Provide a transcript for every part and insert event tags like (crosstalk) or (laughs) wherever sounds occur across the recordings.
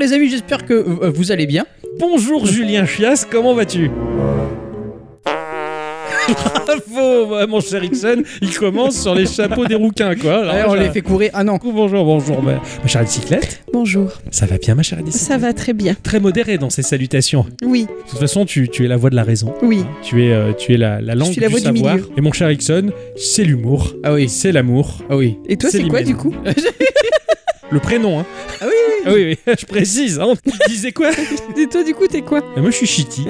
les amis, j'espère que euh, vous allez bien. Bonjour Julien Chias, comment (laughs) vas-tu Bravo, ouais, mon cher Ixon, il commence sur les chapeaux des rouquins, quoi. Alors, Ouais, on j'ai les un fait courir. Ah non. coup, Bonjour, bonjour, ma, ma chère bicyclette. Bonjour, Ça va bien, ma chère bicyclette ça va très bien. Très modéré dans ses salutations. Oui, De toute façon, tu, tu es la voix de la raison. oui. Tu es, euh, tu es la, la langue suis la du voix du savoir. milieu. Et mon cher Ixon, c'est l'humour, Ah oui. c'est l'amour. Ah oui. Et toi, C'est c'est quoi l'hymen. du coup Le prénom, hein. Ah oui, Ah oui, (laughs) oui, je précise, hein. Tu disais quoi Et toi, du coup, t'es quoi Et moi, je suis shitty. (laughs)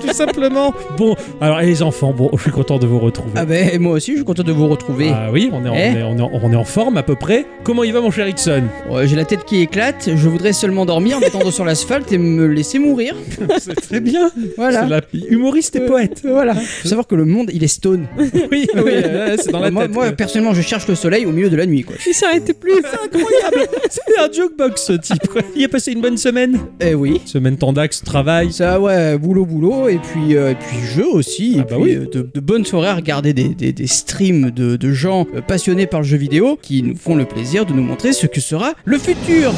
Tout simplement. Bon, alors, et les enfants, bon, je suis content de vous retrouver. Ah ben moi aussi, je suis content de vous retrouver. Ah oui, on est, en, Eh on est- on est en- on est en forme à peu près. Comment il va, mon cher Ixon Ouais, J'ai la tête qui éclate. Je voudrais seulement dormir, m'étendre sur l'asphalte et me laisser mourir. C'est très bien. Voilà. C'est la- Humoriste et poète. Voilà. Faut savoir que le monde, il est stone. (laughs) Oui, oui, euh, c'est dans la moi, tête. moi, quoi. personnellement, je cherche le soleil au milieu de la nuit, quoi. Il s'arrêtait plus. c'est un jokebox, ce type. quoi. Il a passé une bonne semaine. Eh oui. Semaine tendax, travail. Ça, ouais, boulot, boulot, et puis, euh, et puis jeu aussi, et Ah bah puis oui. euh, de, de bonnes soirées à regarder des, des- des streams de, de gens euh, passionnés par le jeu vidéo qui nous font le plaisir de nous montrer ce que sera le futur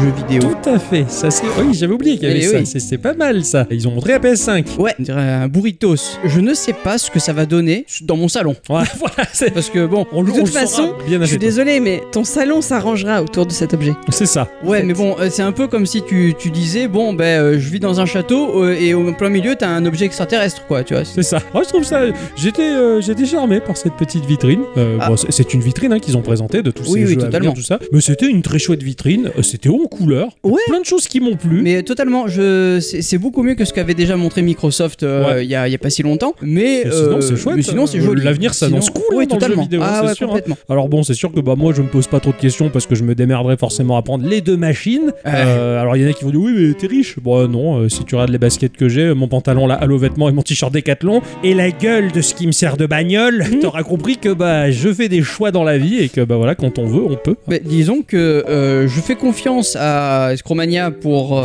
du jeu vidéo. Tout à fait. Ça, c'est. Oui, j'avais oublié qu'il y avait Eh ça. oui. C'est- C'est pas mal, ça. Ils ont montré la PS5. Ouais, on dirait un burritos. Je ne sais pas ce que ça va donner dans mon salon. Voilà, (laughs) voilà, c'est- (laughs) Parce que bon, On le De toute on le saura façon, bien Je après. suis désolée, mais ton salon s'arrangera autour de cet objet. C'est ça. ouais, fait. mais bon, euh, c'est un peu comme si tu, tu disais, bon, ben, euh, je vis dans un château euh, et au plein milieu, t'as un objet extraterrestre, quoi, tu vois. C'est ça. Moi, je trouve ça. J'étais, euh, j'étais charmé par cette petite vitrine. Euh, Ah. bon, c'est- c'est une vitrine hein, qu'ils ont présentée de tous ces Oui, oui, jeux à totalement. venir, tout ça. Mais c'était une très chouette vitrine. Euh, C'était haut en couleur. Ouais. Plein de choses qui m'ont plu. Mais euh, totalement, je c'est c'est beaucoup mieux que ce qu'avait déjà montré Microsoft euh, il Ouais. y, a, il y a pas si longtemps. Mais, Mais sinon, euh, c'est chouette. Mais sinon, c'est Euh, joli. l'avenir s'annonce Sinon- cool, ouais, hein, dans le jeu totalement. vidéo, Ah c'est ouais, sûr, hein. complètement. Alors bon, c'est sûr que bah moi, je me pose pas trop de questions parce que je me démerderais forcément à prendre les deux machines. Ouais. Euh, alors il y en a qui vont dire oui, mais t'es riche. Bon euh, non, euh, si tu regardes les baskets que j'ai, euh, mon pantalon là, halo vêtements et mon t-shirt Décathlon et la gueule de ce qui me sert de bagnole, Hmm. t'auras compris que bah je fais des choix dans la vie et que bah voilà, quand on veut, on peut. Mais disons que euh, je fais confiance à Scromania pour, (laughs) euh,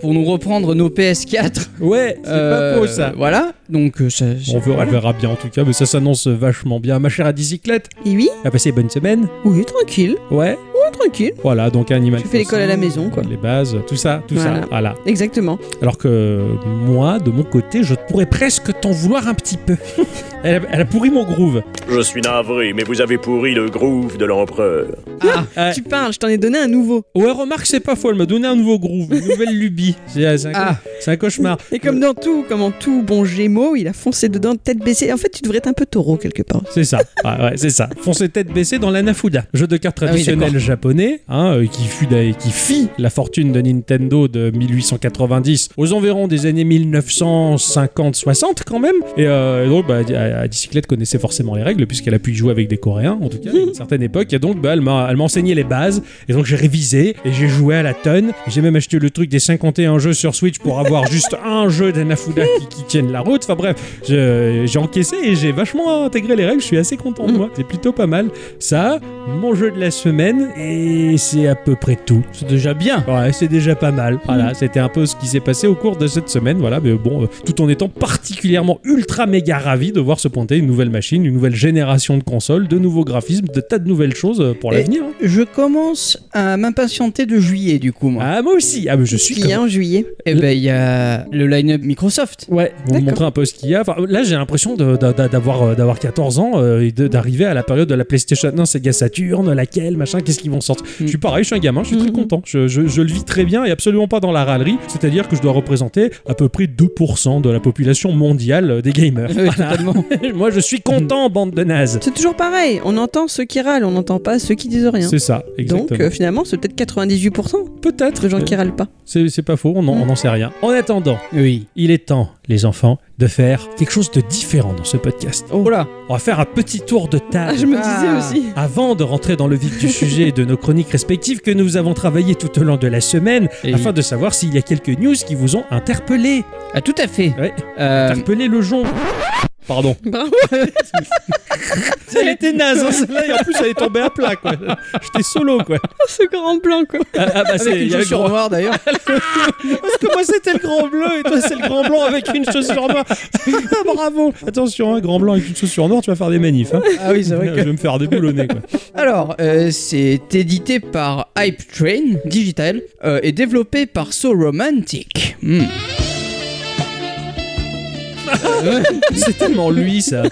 pour nous reprendre nos PS4. Ouais, c'est Euh, pas faux ça. Voilà, donc euh, ça. On verra, elle verra bien en tout cas, mais ça s'annonce vachement bien. Ma chère à bicyclette, Et oui a passé une bonne semaine. Oui, tranquille. Ouais. Oh, tranquille. Voilà, donc Animal Tu fais l'école Crossing, à la maison, quoi. Les bases, tout ça, tout ça. Voilà. Voilà. Exactement. Alors que moi, de mon côté, je pourrais presque t'en vouloir un petit peu. (laughs) elle, a, elle a pourri mon groove. Je suis navré, mais vous avez pourri le groove de l'empereur. Ah, Euh, Tu parles, je t'en ai donné un nouveau. Ouais, remarque, c'est pas faux. Elle m'a donné un nouveau groove, une nouvelle lubie. C'est c'est un, ah, c'est un cauchemar. Et comme dans tout, comme en tout bon Gémeaux, il a foncé dedans, tête baissée. En fait, tu devrais être un peu taureau quelque part. C'est ça, ouais, ouais, c'est ça. Foncez tête baissée dans l'anafuda, jeu de cartes Ah oui, traditionnel d'accord. japonais, hein, euh, qui, fut d'a- qui fit la fortune de Nintendo de 1890 aux environs des années 1950-60 quand même. Et, euh, et donc, bah, à, à Bicyclette connaissait forcément les règles, puisqu'elle a pu y jouer avec des Coréens, en tout cas, à une certaine époque. Et donc, bah, elle m'a elle m'a enseigné les bases, et donc j'ai révisé, et j'ai joué à la tonne. J'ai même acheté le truc des 51 jeux sur Switch pour avoir (laughs) juste un jeu d'anafuda qui, qui tienne la route. Enfin bref, je- j'ai encaissé et j'ai vachement intégré les règles. Je suis assez content de Mm. moi. C'est plutôt pas mal. Ça, mon jeu de la semaine, et c'est à peu près tout. c'est déjà bien. Mm. Ouais, c'est déjà pas mal. Voilà, c'était un peu ce qui s'est passé au cours de cette semaine. Voilà, mais bon, euh, tout en étant particulièrement ultra méga ravi de voir se pointer une nouvelle machine, une nouvelle génération de consoles, de nouveaux graphismes, de tas de nouvelles choses euh, pour Et- l'avenir. hein. Je commence à m'impatienter de juillet, du coup, moi. Ah, moi aussi. Ah, mais je suis Qui est comme... en juillet. Eh ben, il y a le line-up Microsoft. (laughs) Ouais, vous me D'accord. montrez un peu ce qu'il y a. Enfin, là, j'ai l'impression de- d'a- d'a- d'avoir euh, d'avoir 14 ans euh, et de- d'arriver à la période de la PlayStation. Non, Sega Saturn, laquelle, machin, qu'est-ce qu'ils vont sortir Je suis pareil, je suis un gamin, je suis très Mhm. content. Je, je- je le vis très bien et absolument pas dans la râlerie. C'est-à-dire que je dois représenter à peu près 2% de la population mondiale euh, des (laughs) gamers. (laughs) Ouais, totalement. Moi, je suis Mm. content, bande de nazes. C'est toujours pareil. On entend ceux qui râlent, on n'entend pas ceux qui disent rien. C'est ça, Donc exactement. euh, finalement, c'est peut-être 98% peut-être. de gens qui râlent pas. C'est c'est pas faux, on en- Mhm. on n'en sait rien. En attendant, (laughs) Oui. il est temps, les enfants, de faire quelque chose de différent dans ce podcast. Oh là. On va faire un petit tour de Ah, table. je me Ah. disais aussi. (laughs) Avant de rentrer dans le vif du sujet et de nos chroniques respectives que nous avons travaillées tout au long de la semaine, Et- afin de savoir s'il y a quelques news qui vous ont interpellé. Ah, tout à fait. Ouais. Euh, Interpellé le jonc. (laughs) Pardon. Bravo. (laughs) Elle était naze, hein, celle-là, et en plus elle est tombée à plat, quoi. J'étais solo, quoi. ce grand blanc, quoi. Ah, ah, bah, Avec il une y avait chaussure grand- noire (laughs) d'ailleurs. Parce que moi c'était le grand bleu et toi c'est le grand blanc avec une chaussure noire. (laughs) Ah, Bravo. Attention, un grand blanc avec une chaussure noire, tu vas faire des manifs. Hein. Ah oui, c'est vrai Je que. (laughs) vais me faire déboulonner, quoi. Alors, euh, c'est édité par Hype Train Digital euh, et développé par So Romantic. Hmm. (laughs) (laughs) C'est tellement lui, ça.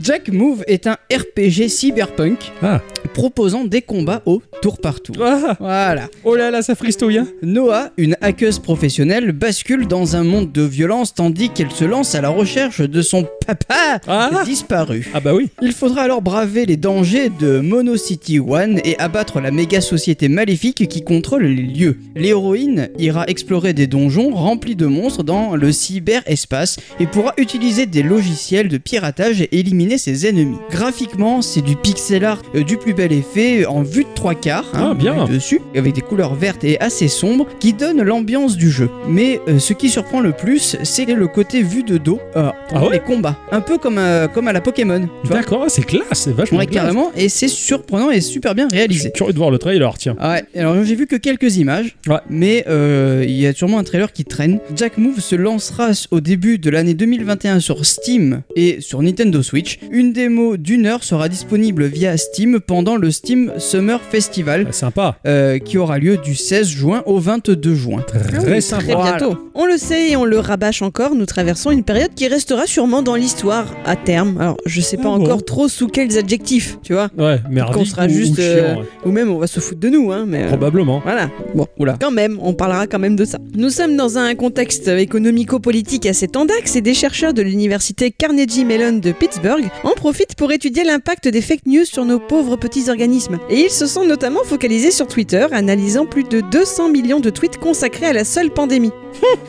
Jack Move est un RPG cyberpunk Ah. proposant des combats au tour par tour. Ah, Voilà. oh là là, ça fristouille. hein. Noah, une hackeuse professionnelle, bascule dans un monde de violence tandis qu'elle se lance à la recherche de son papa Ah. disparu. Ah bah oui. Il faudra alors braver les dangers de Mono City One et abattre la méga société maléfique qui contrôle les lieux. L'héroïne ira explorer des donjons remplis de monstres dans le cyberespace et pourra utiliser des logiciels de piratage et éliminer ses ennemis. Graphiquement, c'est du pixel art euh, du plus bel effet en vue de trois quarts hein, Ah, bien. dessus avec des couleurs vertes et assez sombres qui donnent l'ambiance du jeu. Mais euh, ce qui surprend le plus, c'est le côté vue de dos euh, pendant Ah ouais les combats, un peu comme euh, comme à la Pokémon. tu vois. D'accord, c'est classe, c'est vachement Ouais, classe. carrément, et c'est surprenant et super bien Je suis réalisé. curieux de voir le trailer, tiens. Ah Ouais, alors j'ai vu que quelques images, Ouais. mais euh, il y a sûrement un trailer qui traîne. Jack Move se lancera au début de l'année 2021 sur Steam et sur Nintendo Switch. Une démo d'une heure sera disponible via Steam pendant le Steam Summer Mmh. Festival Ah, sympa. euh, qui aura lieu du 16 juin au 22 juin. Très sympa. Très bientôt. On le sait et on le rabâche encore, nous traversons une période qui restera sûrement dans l'histoire à terme. Alors, je sais pas Ah bon encore trop sous quels adjectifs, tu vois. Ouais, merdique Qu'on sera ou- juste, ou euh, chiant, ouais. Ou même on va se foutre de nous, hein, mais euh, Probablement. voilà. Bon, oula. Quand même, on parlera quand même de ça. Nous sommes dans un contexte économico-politique assez tendax et des chercheurs de l'université Carnegie Mellon de Pittsburgh en profitent pour étudier l'impact des fake news sur nos pauvres petits organismes. Et ils se sont notamment focalisés sur Twitter, analysant plus de 200 millions de tweets consacrés à la seule pandémie.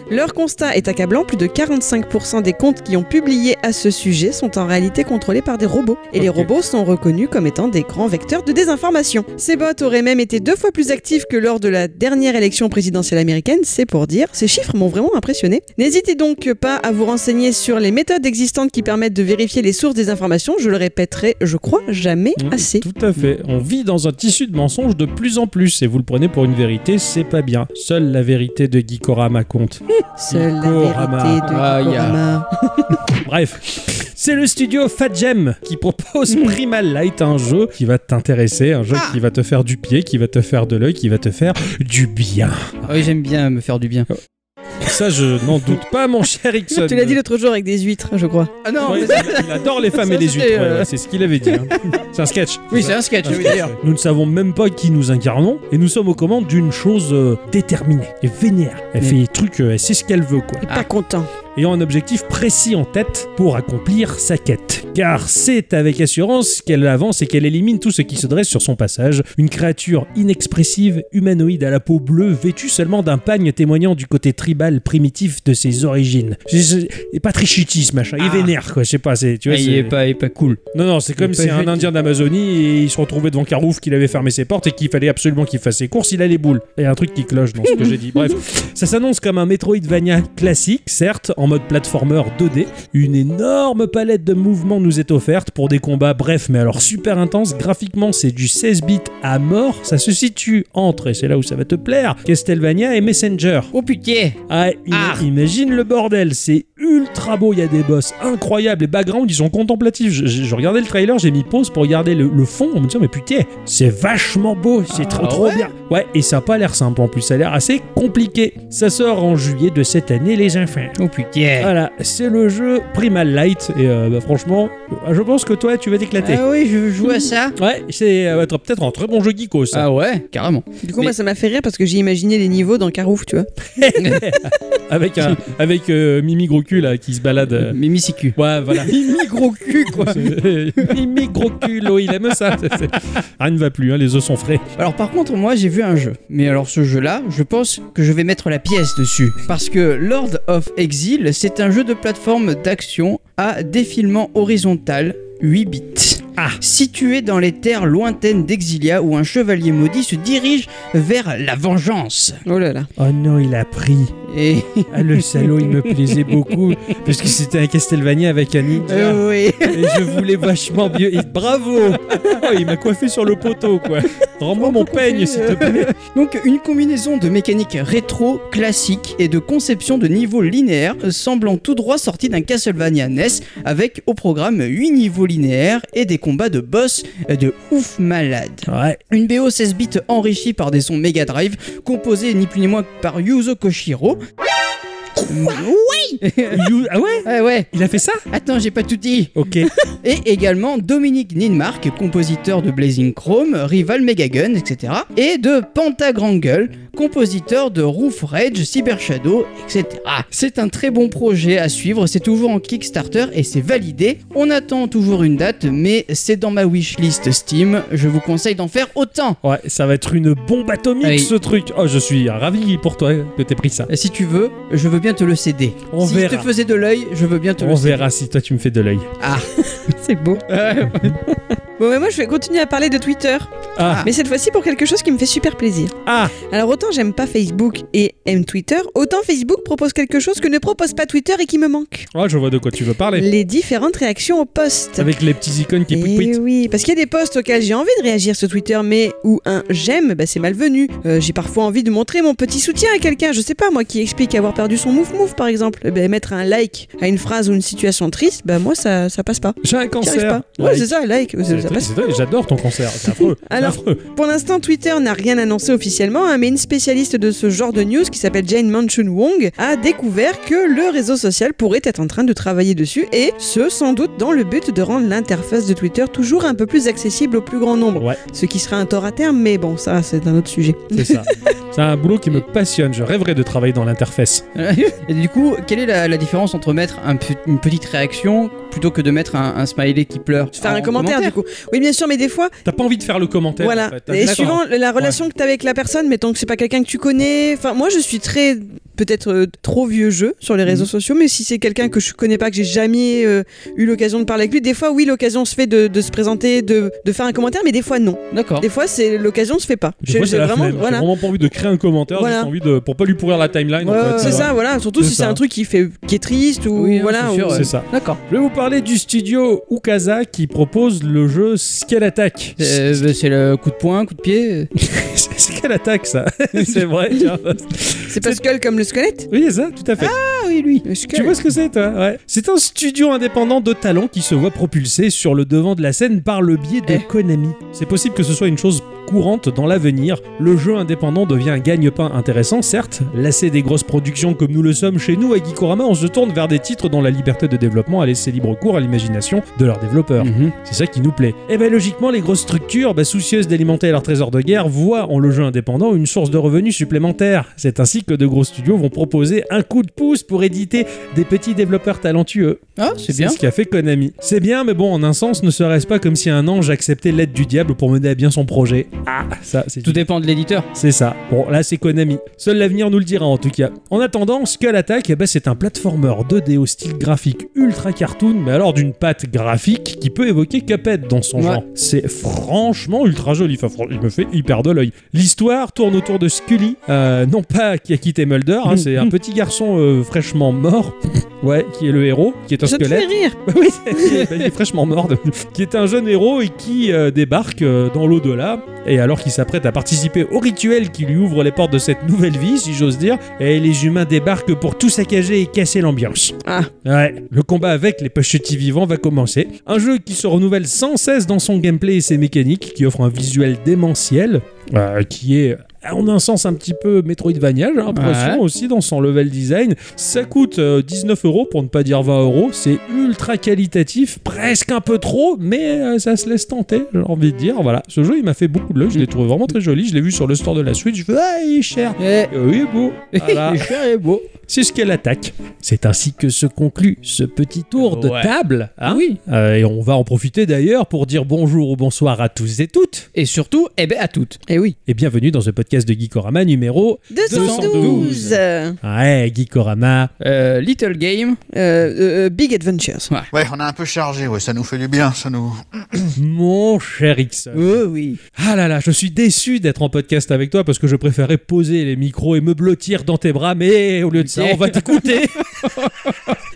Leur constat est accablant, plus de 45% des comptes qui ont publié à ce sujet sont en réalité contrôlés par des robots. Et les Ok. robots sont reconnus comme étant des grands vecteurs de désinformation. Ces bots auraient même été deux fois plus actifs que lors de la dernière élection présidentielle américaine, c'est pour dire. Ces chiffres m'ont vraiment impressionné. N'hésitez donc pas à vous renseigner sur les méthodes existantes qui permettent de vérifier les sources des informations, je le répéterai, je crois, jamais Mm, assez. Tout à fait. On vit dans un tissu de mensonges de plus en plus et vous le prenez pour une vérité, c'est pas bien. Seule la vérité de Gikorama compte. Seule la Gikorama. vérité de Ah, il y a- Gikorama. Bref, c'est le studio Fat Jam qui propose Mmh. Primal Light, un jeu qui va t'intéresser, un jeu Ah. qui va te faire du pied, qui va te faire de l'œil, qui va te faire du bien. Ah Oui, j'aime bien me faire du bien. Ça, je n'en doute pas, mon cher Ixon. Tu l'as dit l'autre jour avec des huîtres, je crois. Ah non, Ouais, mais- il adore les (laughs) femmes Ça, et les c'était, huîtres. ouais, euh, ouais, c'est ce qu'il avait dit. (laughs) hein. C'est un sketch. oui, c'est un sketch, Un je veux sketch, dire. ouais. Nous ne savons même pas qui nous incarnons et nous sommes aux commandes d'une chose euh, déterminée et vénère. Elle Mais- fait des trucs, euh, elle sait ce qu'elle veut quoi. Et pas content. Ayant un objectif précis en tête pour accomplir sa quête. Car c'est avec assurance qu'elle avance et qu'elle élimine tout ce qui se dresse sur son passage. Une créature inexpressive, humanoïde à la peau bleue, vêtue seulement d'un pagne témoignant du côté tribal primitif de ses origines. C'est- c'est- Et pas très chutty, ce machin, il est Ah. vénère quoi, je sais pas, c'est- tu vois. Ah, il c'est- est pas, il est pas cool. non, non, c'est comme Il est si pas un venu- Indien d'Amazonie et il se retrouvait devant Carouf qu'il avait fermé ses portes et qu'il fallait absolument qu'il fasse ses courses, il a les boules. Et un truc qui cloche dans ce que j'ai dit. (laughs) Bref, ça s'annonce comme un Metroidvania classique, certes, en mode platformer 2D. Une énorme palette de mouvements nous est offerte pour des combats brefs, mais alors super intenses. Graphiquement, c'est du 16 bits à mort. Ça se situe entre, et c'est là où ça va te plaire, Castlevania et Messenger. Oh putain Ah, im- Ah. imagine le bordel, c'est ultra beau, il y a des boss incroyables, les backgrounds ils sont contemplatifs. Je, je- je regardais le trailer, j'ai mis pause pour regarder le, le fond, on me disant mais putain, c'est vachement beau, c'est Ah, trop trop bien. Ouais, et ça a pas l'air simple en plus, ça a l'air assez compliqué. Ça sort en juillet de cette année les enfants. Oh putain Voilà, c'est le jeu Primal Light et euh, bah, franchement, euh, je pense que toi tu vas t'éclater. Ah oui, je joue à ça Ouais, c'est euh, peut-être un très bon jeu geeko (laughs) ça. Ah ouais, carrément. Du coup, Mais- moi, ça m'a fait rire parce que j'ai imaginé les niveaux dans Carouf, tu vois. avec un, avec euh, Mimi Gros cul, là qui se balade. euh, Mimi Siku. Ouais, (laughs) voilà. Mimi gros cul, (laughs) quoi. Mimi gros cul, oh, il aime ça. C'est- c'est- Rien ne va plus, hein, les œufs sont frais. Alors par contre, moi j'ai vu un jeu. Mais alors ce jeu-là, je pense que je vais mettre la pièce dessus. Parce que Lord of Exile, c'est un jeu de plateforme d'action à défilement horizontal 8 bits. Ah. situé dans les terres lointaines d'Exilia où un chevalier maudit se dirige vers la vengeance. Oh là là. Oh non, il a pris. Et Ah, le salaud, il me plaisait beaucoup. Parce que c'était un Castlevania avec un ninja. Euh, (laughs) oui. Et je voulais vachement mieux. Et bravo Oh, Il m'a coiffé sur le poteau, quoi. Rends-moi mon peigne, s'il te plaît. Donc une combinaison de mécanique rétro, classique et de conception de niveaux linéaires euh, semblant tout droit sorti d'un Castlevania NES avec au programme 8 niveaux linéaires et des combats de boss euh, de ouf malade. Ouais. Une BO 16 bits enrichie par des sons Mega Drive, composée ni plus ni moins que par Yuzo Koshiro. You- Ah ouais Ouais, Eh ouais, Il a fait ça attends, j'ai pas tout dit. Ok. Et également Dominique Ninmark, compositeur de Blazing Chrome, Rival Megagun, etc. Et de Pentagram Gull, compositeur de Roof Rage, Cyber Shadow, etc. C'est un très bon projet à suivre, c'est toujours en Kickstarter et c'est validé. On attend toujours une date, mais c'est dans ma wishlist Steam, je vous conseille d'en faire autant. Ouais, ça va être une bombe atomique, Oui. ce truc. Oh, je suis ravi pour toi que t'aies pris ça. Si tu veux, je veux bien te le céder. On si verra. je te faisais de l'œil, je veux bien te On le céder. verra si toi tu me fais de l'œil. (laughs) C'est beau. (laughs) Bon, mais moi, je vais continuer à parler de Twitter. Ah, Mais cette fois-ci pour quelque chose qui me fait super plaisir. ah, Alors autant j'aime pas Facebook et aime Twitter, autant Facebook propose quelque chose que ne propose pas Twitter et qui me manque. Oh, je vois de quoi tu veux parler. Les différentes réactions aux posts. Avec les petits icônes qui Eh pouit oui, parce qu'il y a des posts auxquels j'ai envie de réagir sur Twitter, mais où un j'aime, bah, c'est malvenu. Euh, j'ai parfois envie de montrer mon petit soutien à quelqu'un, je sais pas moi, qui explique avoir perdu son mouf mouf par exemple. Eh ben, mettre un like à une phrase ou une situation triste, bah moi ça, ça passe pas. J'ai un J'y arrive cancer. pas. Ouais, Like. c'est ça, like, ça, ça C'est- passe c'est toi, J'adore ton cancer. C'est (laughs) affreux. C'est Alors- affreux. Pour l'instant, Twitter n'a rien annoncé officiellement, hein, mais une spécialiste de ce genre de news qui s'appelle Jane Manchun Wong a découvert que le réseau social pourrait être en train de travailler dessus et ce, sans doute, dans le but de rendre l'interface de Twitter toujours un peu plus accessible au plus grand nombre. Ouais. Ce qui sera un tort à terme, mais bon, ça, c'est un autre sujet. C'est ça. C'est un boulot qui me passionne. Je rêverais de travailler dans l'interface. Et du coup, quelle est la, la différence entre mettre un pe- une petite réaction plutôt que de mettre un, un smiley qui pleure Faire en un commentaire, du coup. Oui, bien sûr, mais des fois, T'as pas envie de faire le commentaire. voilà. en fait. T'as- Et D'accord. suivant la relation que tu as avec la personne, mais tant que c'est pas quelqu'un que tu connais. Enfin, moi, je suis très peut-être euh, trop vieux jeu sur les Mhm. réseaux sociaux, mais si c'est quelqu'un que je connais pas, que j'ai jamais euh, eu l'occasion de parler avec lui, des fois, oui, l'occasion se fait de, de se présenter, de, de faire un commentaire, mais des fois, non. D'accord. Des fois, c'est l'occasion se fait pas. Des J'ai- fois, j'ai c'est la flemme. J'ai voilà. vraiment pas envie de créer un commentaire. J'ai Voilà. juste envie de. pour pas lui pourrir la timeline. en Ouais, fait. c'est ça, voilà. Surtout C'est si c'est ça. un truc qui fait qui est triste ou Oui, hein, voilà. c'est sûr, ou- ouais. C'est ça. D'accord. Je vais vous parler du studio Ukaza qui propose le jeu Scale Attack. Euh, Euh, bah, c'est le coup de poing, coup de pied. euh. (laughs) C'est Scale Attack, (laughs) ça. c'est vrai. tiens. C'est pas Skull comme le squelette. Oui, c'est ça, tout à fait. Ah oui, lui. Le Tu Skull. vois ce que c'est, toi ouais. C'est un studio indépendant de talent qui se voit propulsé sur le devant de la scène par le biais de Eh. Konami. C'est possible que ce soit une chose courante dans l'avenir. Le jeu indépendant devient un gagne-pain intéressant, certes. Lassé des grosses productions comme nous le sommes chez nous, à Gikorama, on se tourne vers des titres dont la liberté de développement a laissé libre cours à l'imagination de leurs développeurs. Mhm. C'est ça qui nous plaît. Et bien logiquement, les grosses structures, bah, soucieuses d'alimenter leur trésor de guerre, voient en le jeu indépendant une source de revenus supplémentaire. C'est ainsi que de gros studios vont proposer un coup de pouce pour éditer des petits développeurs talentueux. Ah, c'est bien. ce qu'a fait Konami. C'est bien, mais bon, en un sens, ne serait-ce pas comme si un ange acceptait l'aide du diable pour mener à bien son projet. Ah, ça, c'est Tout dépend de l'éditeur. c'est ça. Bon, là, c'est Konami. Seul l'avenir nous le dira, en tout cas. En attendant, Skull Attack, eh ben, c'est un platformer 2D au style graphique ultra cartoon, mais alors d'une patte graphique qui peut évoquer Cuphead dans son Ouais. genre. C'est franchement ultra joli. Enfin, fran- il me fait hyper de l'œil. L'histoire tourne autour de Scully, euh, non pas qui a quitté Mulder, hein, c'est un petit garçon euh, fraîchement mort, (laughs) ouais, qui est le héros, qui est un Ça te squelette. fait rire. Oui, c'est- il est fraîchement mort, de- qui est un jeune héros et qui euh, débarque euh, dans l'au-delà. Et alors qu'il s'apprête à participer au rituel qui lui ouvre les portes de cette nouvelle vie, si j'ose dire, et les humains débarquent pour tout saccager et casser l'ambiance. Ah. Ouais, le combat avec les Pachetti vivants va commencer. Un jeu qui se renouvelle sans cesse dans son gameplay et ses mécaniques, qui offre un visuel démentiel, euh, qui est en un sens un petit peu Metroidvania, j'ai l'impression, Ouais. aussi dans son level design. Ça coûte euh, 19 euros pour ne pas dire 20 euros. C'est ultra qualitatif, presque un peu trop, mais euh, ça se laisse tenter, j'ai envie de dire. Voilà, ce jeu il m'a fait beaucoup de l'œil, je l'ai trouvé vraiment très joli. Je l'ai vu sur le store de la Switch, je fais ah, il est cher. Eh, Euh, Oui, beau. Voilà. (laughs) il est cher et beau. C'est ce qu'elle attaque. C'est ainsi que se conclut ce petit tour de Ouais. table. hein. oui. Euh, et on va en profiter d'ailleurs pour dire bonjour ou bonsoir à tous et toutes. Et surtout, eh ben à toutes. Et oui. Et bienvenue dans ce podcast de Geekorama numéro. 212 euh, Ouais, Geekorama. Euh, Little Game, euh, euh, Big Adventures. Ouais, on a un peu chargé, ouais, ça nous fait du bien, ça nous. Mon cher Ixon. Euh, oh oui. Ah là là, je suis déçu d'être en podcast avec toi parce que je préférais poser les micros et me blottir dans tes bras, mais au lieu de ça, Ok. on (laughs) va t'écouter.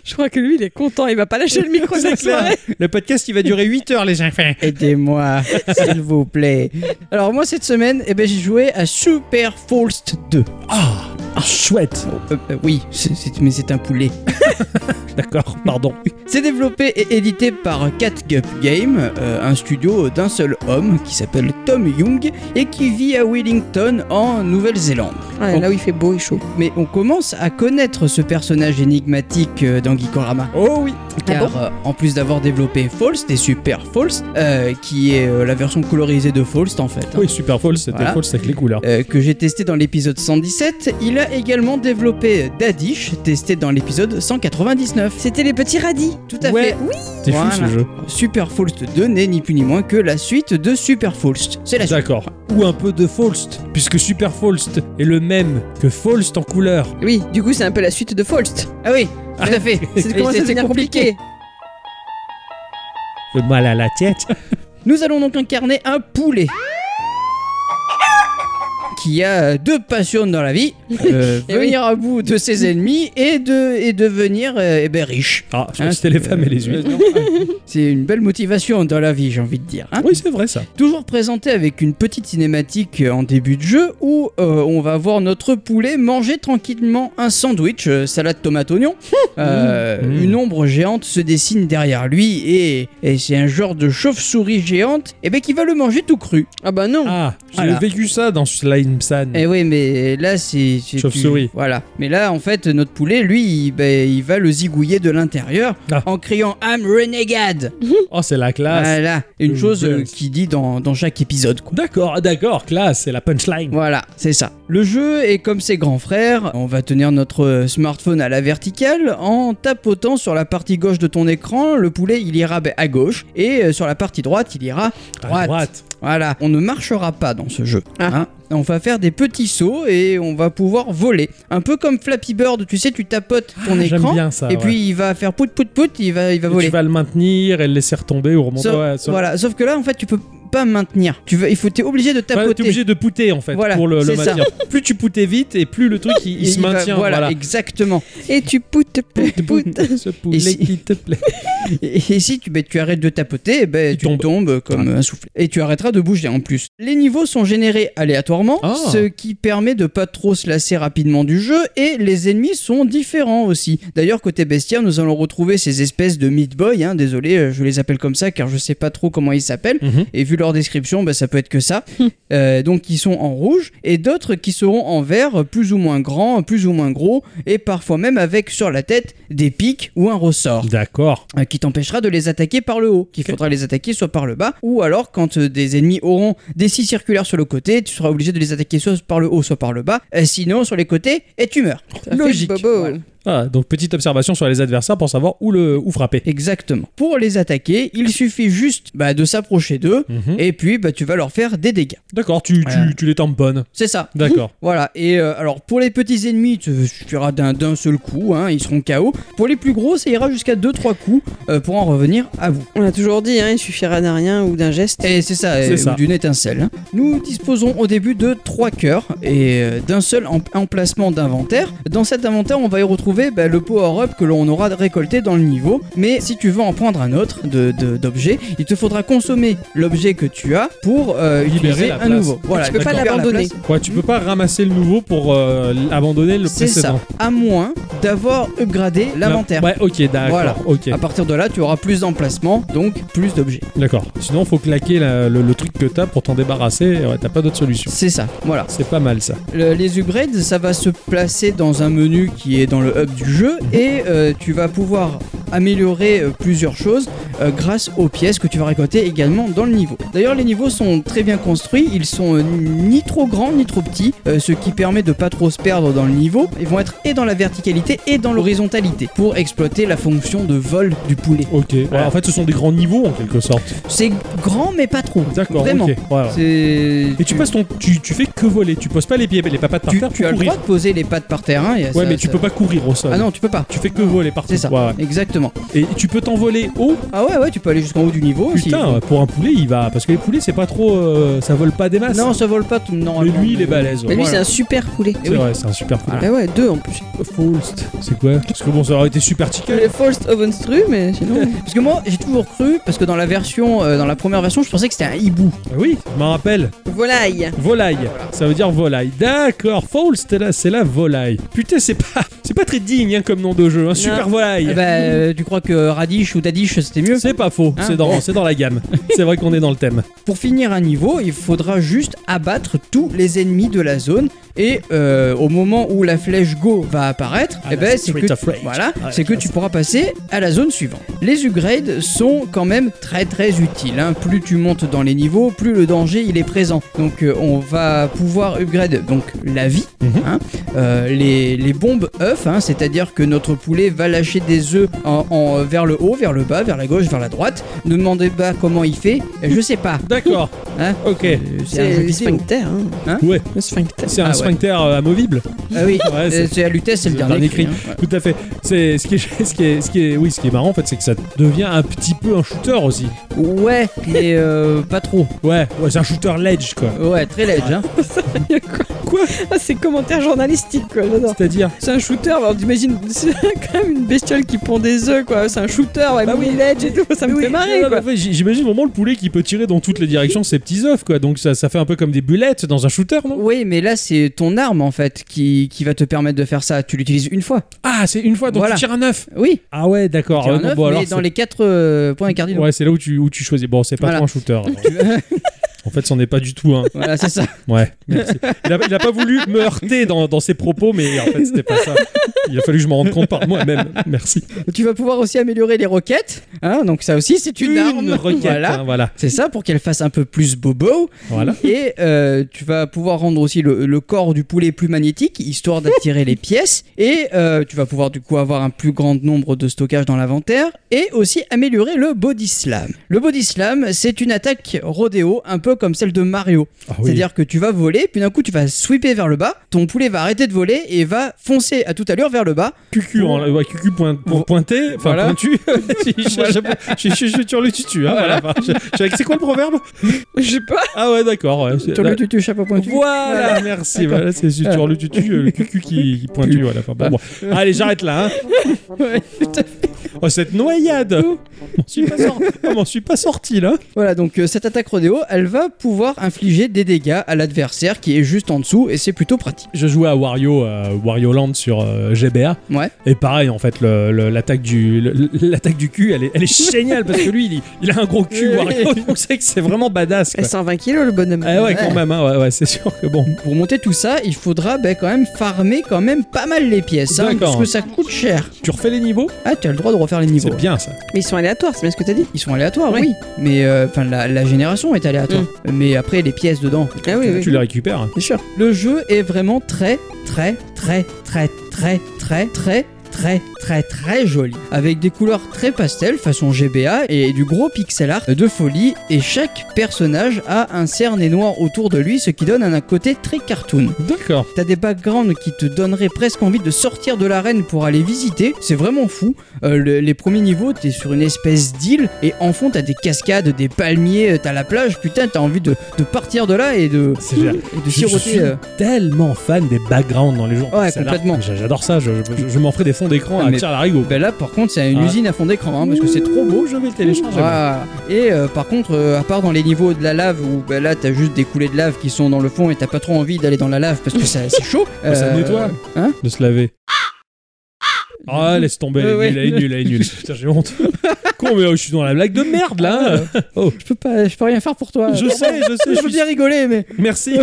Je crois que lui, il est content, il va pas lâcher le micro (laughs) de la C'est ça. soirée. Le podcast, il va durer 8 heures, les enfants. Aidez-moi, s'il vous plaît. Alors moi cette semaine, eh ben, j'ai joué à Super Faust 2. Ah, ah, chouette. Euh, euh, oui, c'est- c'est- mais c'est un poulet. D'accord, pardon. C'est développé et édité par CatGup Game, euh, un studio d'un seul homme qui s'appelle Tom Young et qui vit à Wellington en Nouvelle-Zélande. Ouais, là où il fait beau et chaud. Mais on commence à connaître ce personnage énigmatique euh, dans Geekorama. Oh oui. Car euh, en plus d'avoir développé Faust et Super Faust, euh, qui est euh, la version colorisée de Faust en fait, hein, Oui, Super Falls, c'était hein. Voilà. Falls avec les couleurs. euh, que j'ai testé dans l'épisode 117, il a également développé Dadish, testé dans l'épisode 199. C'était les petits radis. Tout à Ouais. fait. C'est fou voilà. ce jeu. Super Faust 2 n'est ni plus ni moins que la suite de Super Faust. C'est la suite. D'accord. Ou un peu de Faust, puisque Super Faust est le même que Faust en couleur. Oui, du coup, c'est un peu la suite de Faust. Ah oui, tout à fait. C'est Et comment ça c'était devient compliqué. Le mal à la (laughs) tête. Ah, Nous allons donc incarner un poulet. Qui a euh, deux passions dans la vie, euh, Eh oui. venir à bout de ses ennemis et, de, et devenir euh, eh ben, riche. Ah, je Hein, crois que c'était les femmes et les euh, huîtres. non, euh, c'est une belle motivation dans la vie, j'ai envie de dire. hein. Oui, c'est vrai ça. Toujours présenté avec une petite cinématique euh, en début de jeu où euh, on va voir notre poulet manger tranquillement un sandwich, euh, salade tomate (laughs) oignon. Euh, Mmh. Une ombre géante se dessine derrière lui et, et c'est un genre de chauve-souris géante et ben, qui va le manger tout cru. Ah bah non. Ah, j'ai Voilà. Eh vécu ça dans Slime San. Et oui, mais là c'est. c'est- Mmh. Chauve-souris. tu- Voilà. Mais là en fait, notre poulet, lui, il, ben, il va le zigouiller de l'intérieur Ah. en criant I'm renegade Oh, c'est la classe. Voilà. Une Une chose euh, blague. qui dit dans, dans chaque épisode. quoi. D'accord, ah, d'accord, classe, c'est la punchline. Voilà, c'est ça. Le jeu est comme ses grands frères, on va tenir notre smartphone à la verticale en tapotant sur la partie gauche de ton écran, le poulet il ira ben, à gauche et euh, sur la partie droite il ira À droite. droite. Voilà, on ne marchera pas dans ce jeu. Ah. hein. On va faire des petits sauts et on va pouvoir voler. Un peu comme Flappy Bird, tu sais, tu tapotes ton Ah, J'aime écran bien ça. et ouais. puis il va faire pout pout pout, il va, il va Et voler. tu vas le maintenir et le laisser retomber ou remonter. Sauf- ouais, sur- Voilà, sauf que là en fait tu peux pas maintenir. Tu vas, il faut, t'es obligé de Enfin, t'es tapoter. obligé de pouter en fait Voilà, pour le, le c'est ça. maintenir. plus tu poutais vite et plus le truc (laughs) il, il Et se va- maintient. voilà, exactement. Et tu poutes, poutes, (laughs) (laughs) poutes. Ce poulet si- qui te plaît. Et, et si tu, ben, tu arrêtes de tapoter, eh ben, Il tu tombe. tombes comme un soufflet. Et tu arrêteras de bouger en plus. Les niveaux sont générés aléatoirement, Ah. ce qui permet de pas trop se lasser rapidement du jeu, et les ennemis sont différents aussi. D'ailleurs, côté bestiaire, nous allons retrouver ces espèces de meat boy, hein, désolé, euh, je les appelle comme ça car je sais pas trop comment ils s'appellent. Mhm. Et vu leur description, bah, ça peut être que ça. Euh, donc qui sont en rouge et d'autres qui seront en vert, plus ou moins grands, plus ou moins gros, et parfois même avec sur la tête des pics ou un ressort D'accord. euh, qui t'empêchera de les attaquer par le haut, qu'il faudra les attaquer soit par le bas, ou alors quand euh, des ennemis auront des scies circulaires sur le côté, tu seras obligé de les attaquer soit par le haut, soit par le bas, Euh, sinon sur les côtés, et tu meurs. Logique. Voilà. Ah, donc petite observation sur les adversaires pour savoir où le où frapper. Exactement. Pour les attaquer, il suffit juste bah, de s'approcher d'eux, Mhm. et puis bah, tu vas leur faire des dégâts. D'accord, tu, Voilà. tu, tu les tamponnes. C'est ça. D'accord. Voilà, et euh, alors pour les petits ennemis, il suffira d'un d'un seul coup, hein, ils seront KO. Pour les plus gros, ça ira jusqu'à 2-3 coups euh, pour en revenir à vous. On a toujours dit, hein, il suffira d'un rien ou d'un geste. Et c'est ça, C'est et- ça. ou d'une étincelle. hein. Nous disposerons au début de trois cœurs et euh, d'un seul em- emplacement d'inventaire. Dans cet inventaire, on va y retrouver bah, le power-up que l'on aura récolté dans le niveau. Mais si tu veux en prendre un autre de- de- d'objet, il te faudra consommer l'objet que tu as pour euh, Libérer utiliser la un place. nouveau. Voilà, tu peux pas libère la l'abandonner. place. Ouais, tu peux pas ramasser le nouveau pour euh, abandonner le C'est ça, précédent. à moins d'avoir upgradé l'inventaire. Ouais, ok, d'accord. Voilà. Ok, À partir de là, tu auras plus d'emplacements, donc plus d'objets. d'accord. Sinon, faut claquer la- le, le truc que t'as pour t'en débarrasser. Ouais, t'as pas d'autre solution. C'est ça, voilà. C'est pas mal ça. Le- les upgrades, ça va se placer dans un menu qui est dans le hub du jeu et euh, tu vas pouvoir améliorer euh, plusieurs choses euh, grâce aux pièces que tu vas récolter également dans le niveau. D'ailleurs, les niveaux sont très bien construits, ils sont euh, ni trop grands ni trop petits, euh, ce qui permet de pas trop se perdre dans le niveau. Ils vont être et dans la verticalité et dans l'horizontalité pour exploiter la fonction de vol du poulet. Ok. Ouais, Voilà. en fait, ce sont des grands niveaux en quelque sorte. C'est grand mais pas trop. (laughs) D'accord. Vraiment. ok. Ouais, ouais. C'est- Et Ah. tu passes ton, tu, tu fais que voler. Tu poses pas les pieds, les papates par tu, terre tu pour as le courir. droit de poser les pattes par terre. hein, et ouais, ça- mais tu ça- peux pas courir au sol. Ah non, tu peux pas. Tu fais que voler par C'est ça. Ouais, ouais. Exactement. Et tu peux t'envoler haut. Ah ouais, ouais, tu peux aller jusqu'en haut du niveau aussi. Putain, pour un poulet, il va. Parce que les poulets, c'est pas trop. euh, ça vole pas des masses. Non, ça vole pas tout. Non, mais lui, il est balèze. Mais ouais. lui, Voilà. c'est un super poulet. Eh C'est vrai, c'est un super poulet. Ah ouais, deux en plus. Faust. C'est quoi Parce que bon, ça aurait été super chicken. Le Faust Ovenstru, mais (laughs) sinon. Parce que moi, j'ai toujours cru, parce que dans la version, euh, dans la première version, je pensais que c'était un hibou. Ah Oui, je m'en rappelle. Volaille. Volaille. Ça veut dire volaille. D'accord, Faust, là, c'est la volaille. Putain, c'est pas, (laughs) c'est pas très digne hein, comme nom de jeu. hein. Super volaille. Eh ben, euh, tu crois que Radish ou Dadish, c'était mieux C'est pas faux, Hein c'est dans, c'est dans (laughs) la gamme. C'est vrai qu'on est dans le thème. Pour finir un niveau, il faudra juste abattre tous les ennemis de la zone. Et euh, au moment où la flèche Go va apparaître, Ah, eh la ben, c'est Street que, of Rage. voilà, Ah, c'est que ça, tu pourras passer à la zone suivante. Les upgrades sont quand même très très utiles. hein. Plus tu montes dans les niveaux, plus le danger il est présent. Donc euh, on va pouvoir upgrade donc la vie, Mhm. hein, euh, les, les bombes œufs, hein, c'est-à-dire que notre poulet va lâcher des œufs en, en- vers le haut, vers le bas, vers la gauche, vers la droite. Ne demandez pas comment il fait, je sais pas. D'accord, Hein ok. Euh, un jeu C'est le vidéo. sphincter. Hein. Ouais, Le sphincter. c'est un (laughs) Ah ouais. sphincter euh, amovible. Ah oui, Ouais, euh, c'est à l'UTS, c'est le dernier cri. hein. Ouais. Tout à fait. C'est ce qui est, (laughs) ce qui est, ce qui est, oui, ce qui est marrant en fait, c'est que ça devient un petit peu un shooter aussi. Ouais, mais euh, pas trop. Oh, Ouais, ouais, c'est un shooter ledge quoi. Ouais, très ledge. Hein. Quoi Ah, c'est commentaire journalistique, quoi. J'adore. C'est-à-dire C'est un shooter, alors t'imagines, (laughs) c'est quand même une bestiole qui pond des œufs, quoi. C'est un shooter, ouais, Bah oui. oui, ledge et tout, ça me Oui, fait marrer, non, quoi. mais en fait, j- J'imagine vraiment le poulet qui peut tirer dans toutes les directions ses petits œufs quoi. Donc ça, ça fait un peu comme des bulettes dans un shooter, non Oui, mais là, c'est ton arme en fait qui, qui va te permettre de faire ça. Tu l'utilises une fois. Ah, c'est une fois donc Voilà. tu tires un œuf. Oui, Ah ouais, d'accord. tu as Euh, un bon, œuf, bon, alors, mais dans c'est- les 4 euh, points cardinaux. Ouais, c'est là où tu, où tu choisis. Bon, c'est pas Voilà. trop un shooter. hein. en fait, c'en est pas du tout. Hein. (laughs) voilà, c'est ça. Ouais, merci. Il a, il a pas voulu me heurter dans, dans ses propos, mais en fait, c'était pas ça. Il a fallu que je m'en rende compte par moi-même. Merci. tu vas pouvoir aussi améliorer les roquettes. Hein, donc, ça aussi, c'est une, arme. requête. Voilà. hein, voilà. C'est ça pour qu'elle fasse un peu plus bobo. Voilà. Et euh, tu vas pouvoir rendre aussi le, le corps du poulet plus magnétique, histoire d'attirer les pièces. Et euh, tu vas pouvoir du coup avoir un plus grand nombre de stockages dans l'inventaire. Et aussi améliorer le body slam. Le body slam, c'est une attaque rodéo, un peu comme celle de Mario. Ah oui. C'est-à-dire que tu vas voler, puis d'un coup tu vas sweeper vers le bas, ton poulet va arrêter de voler et va foncer à toute allure vers le bas. QQ, hein, ouais, QQ point, point- pointé, enfin Voilà. pointu. Je- je- je- je- je sur le tutu. Hein, voilà. Enfin, je- je- C'est quoi le proverbe Je sais pas. Ah ouais, d'accord. ouais, c'est- là- tutu, chapeau pointu. Voilà, merci. Voilà, c'est c'est sur le tutu, euh, le cucu qui, qui pointu. Voilà. Enfin, bon, bon. Allez, j'arrête là. Hein. Ouais, tout à Oh, cette noyade On m'en suis pas sorti, on m'en suis pas sorti là. Voilà, donc euh, cette attaque rodéo, elle va pouvoir infliger des dégâts à l'adversaire qui est juste en dessous et c'est plutôt pratique. Je jouais à Wario, euh, Wario Land sur euh, GBA. Ouais. Et pareil, en fait, le- le- l'attaque du le- l'attaque du cul, elle est, elle (laughs) est géniale parce que lui, il, il a un gros cul, Oui, Wario. Donc c'est que c'est vraiment badass. (laughs) Quoi. 120 kilos, le bonhomme. Ah ouais, quand même, hein, ouais, ouais, c'est sûr que bon. Pour monter tout ça, il faudra ben, quand même farmer quand même pas mal les pièces, hein, D'accord. parce que ça coûte cher. Tu refais les niveaux Ah, tu as le droit de refaire les niveaux. C'est bien ça. Mais ils sont aléatoires, c'est bien ce que t'as dit. Ils sont aléatoires, Ouais. oui. Mais euh, enfin, la, la génération est aléatoire. Mm. Mais après, les pièces dedans. Ah oui, oui. Tu les récupères. hein. Bien sûr. Le jeu est vraiment très, très, très, très, très, très, très, très, très, très joli. Avec des couleurs très pastel, façon GBA, et du gros pixel art de folie. Et chaque personnage a un cerné noir autour de lui, ce qui donne un côté très cartoon. D'accord. T'as des backgrounds qui te donneraient presque envie de sortir de l'arène pour aller visiter. C'est vraiment fou. Euh, le- les premiers niveaux, t'es sur une espèce d'île et en fond, t'as des cascades, des palmiers, euh, t'as la plage. Putain, t'as envie de, de partir de là et de, C'est génial. et de Je, je suis siroter. euh, tellement fan des backgrounds dans les jeux. Ouais, Ça a l'air- complètement. j'a- J'adore ça. Je, je- je m'en ferai des fonds d'écran Ah, à mais- Pierre Larigot. Ben là, par contre, c'est une Ah. usine à fond d'écran hein, parce que c'est trop beau. je vais le télécharger. Ah. Et euh, par contre, euh, à part dans les niveaux de la lave où ben là t'as juste des coulées de lave qui sont dans le fond et t'as pas trop (laughs) Bah, euh, envie d'aller dans la lave parce que ça- c'est chaud. Ça euh, nettoie hein de se laver. Ah, laisse tomber, elle est Ouais, nulle, elle est nulle, elle est (laughs) nulle. Putain, j'ai honte. Con, mais euh, je suis dans la blague de merde là. euh, oh, Je peux pas, je peux rien faire pour toi. Ah, Je sais, je sais, Ah, (laughs) Je je veux suis... bien rigoler, mais Merci.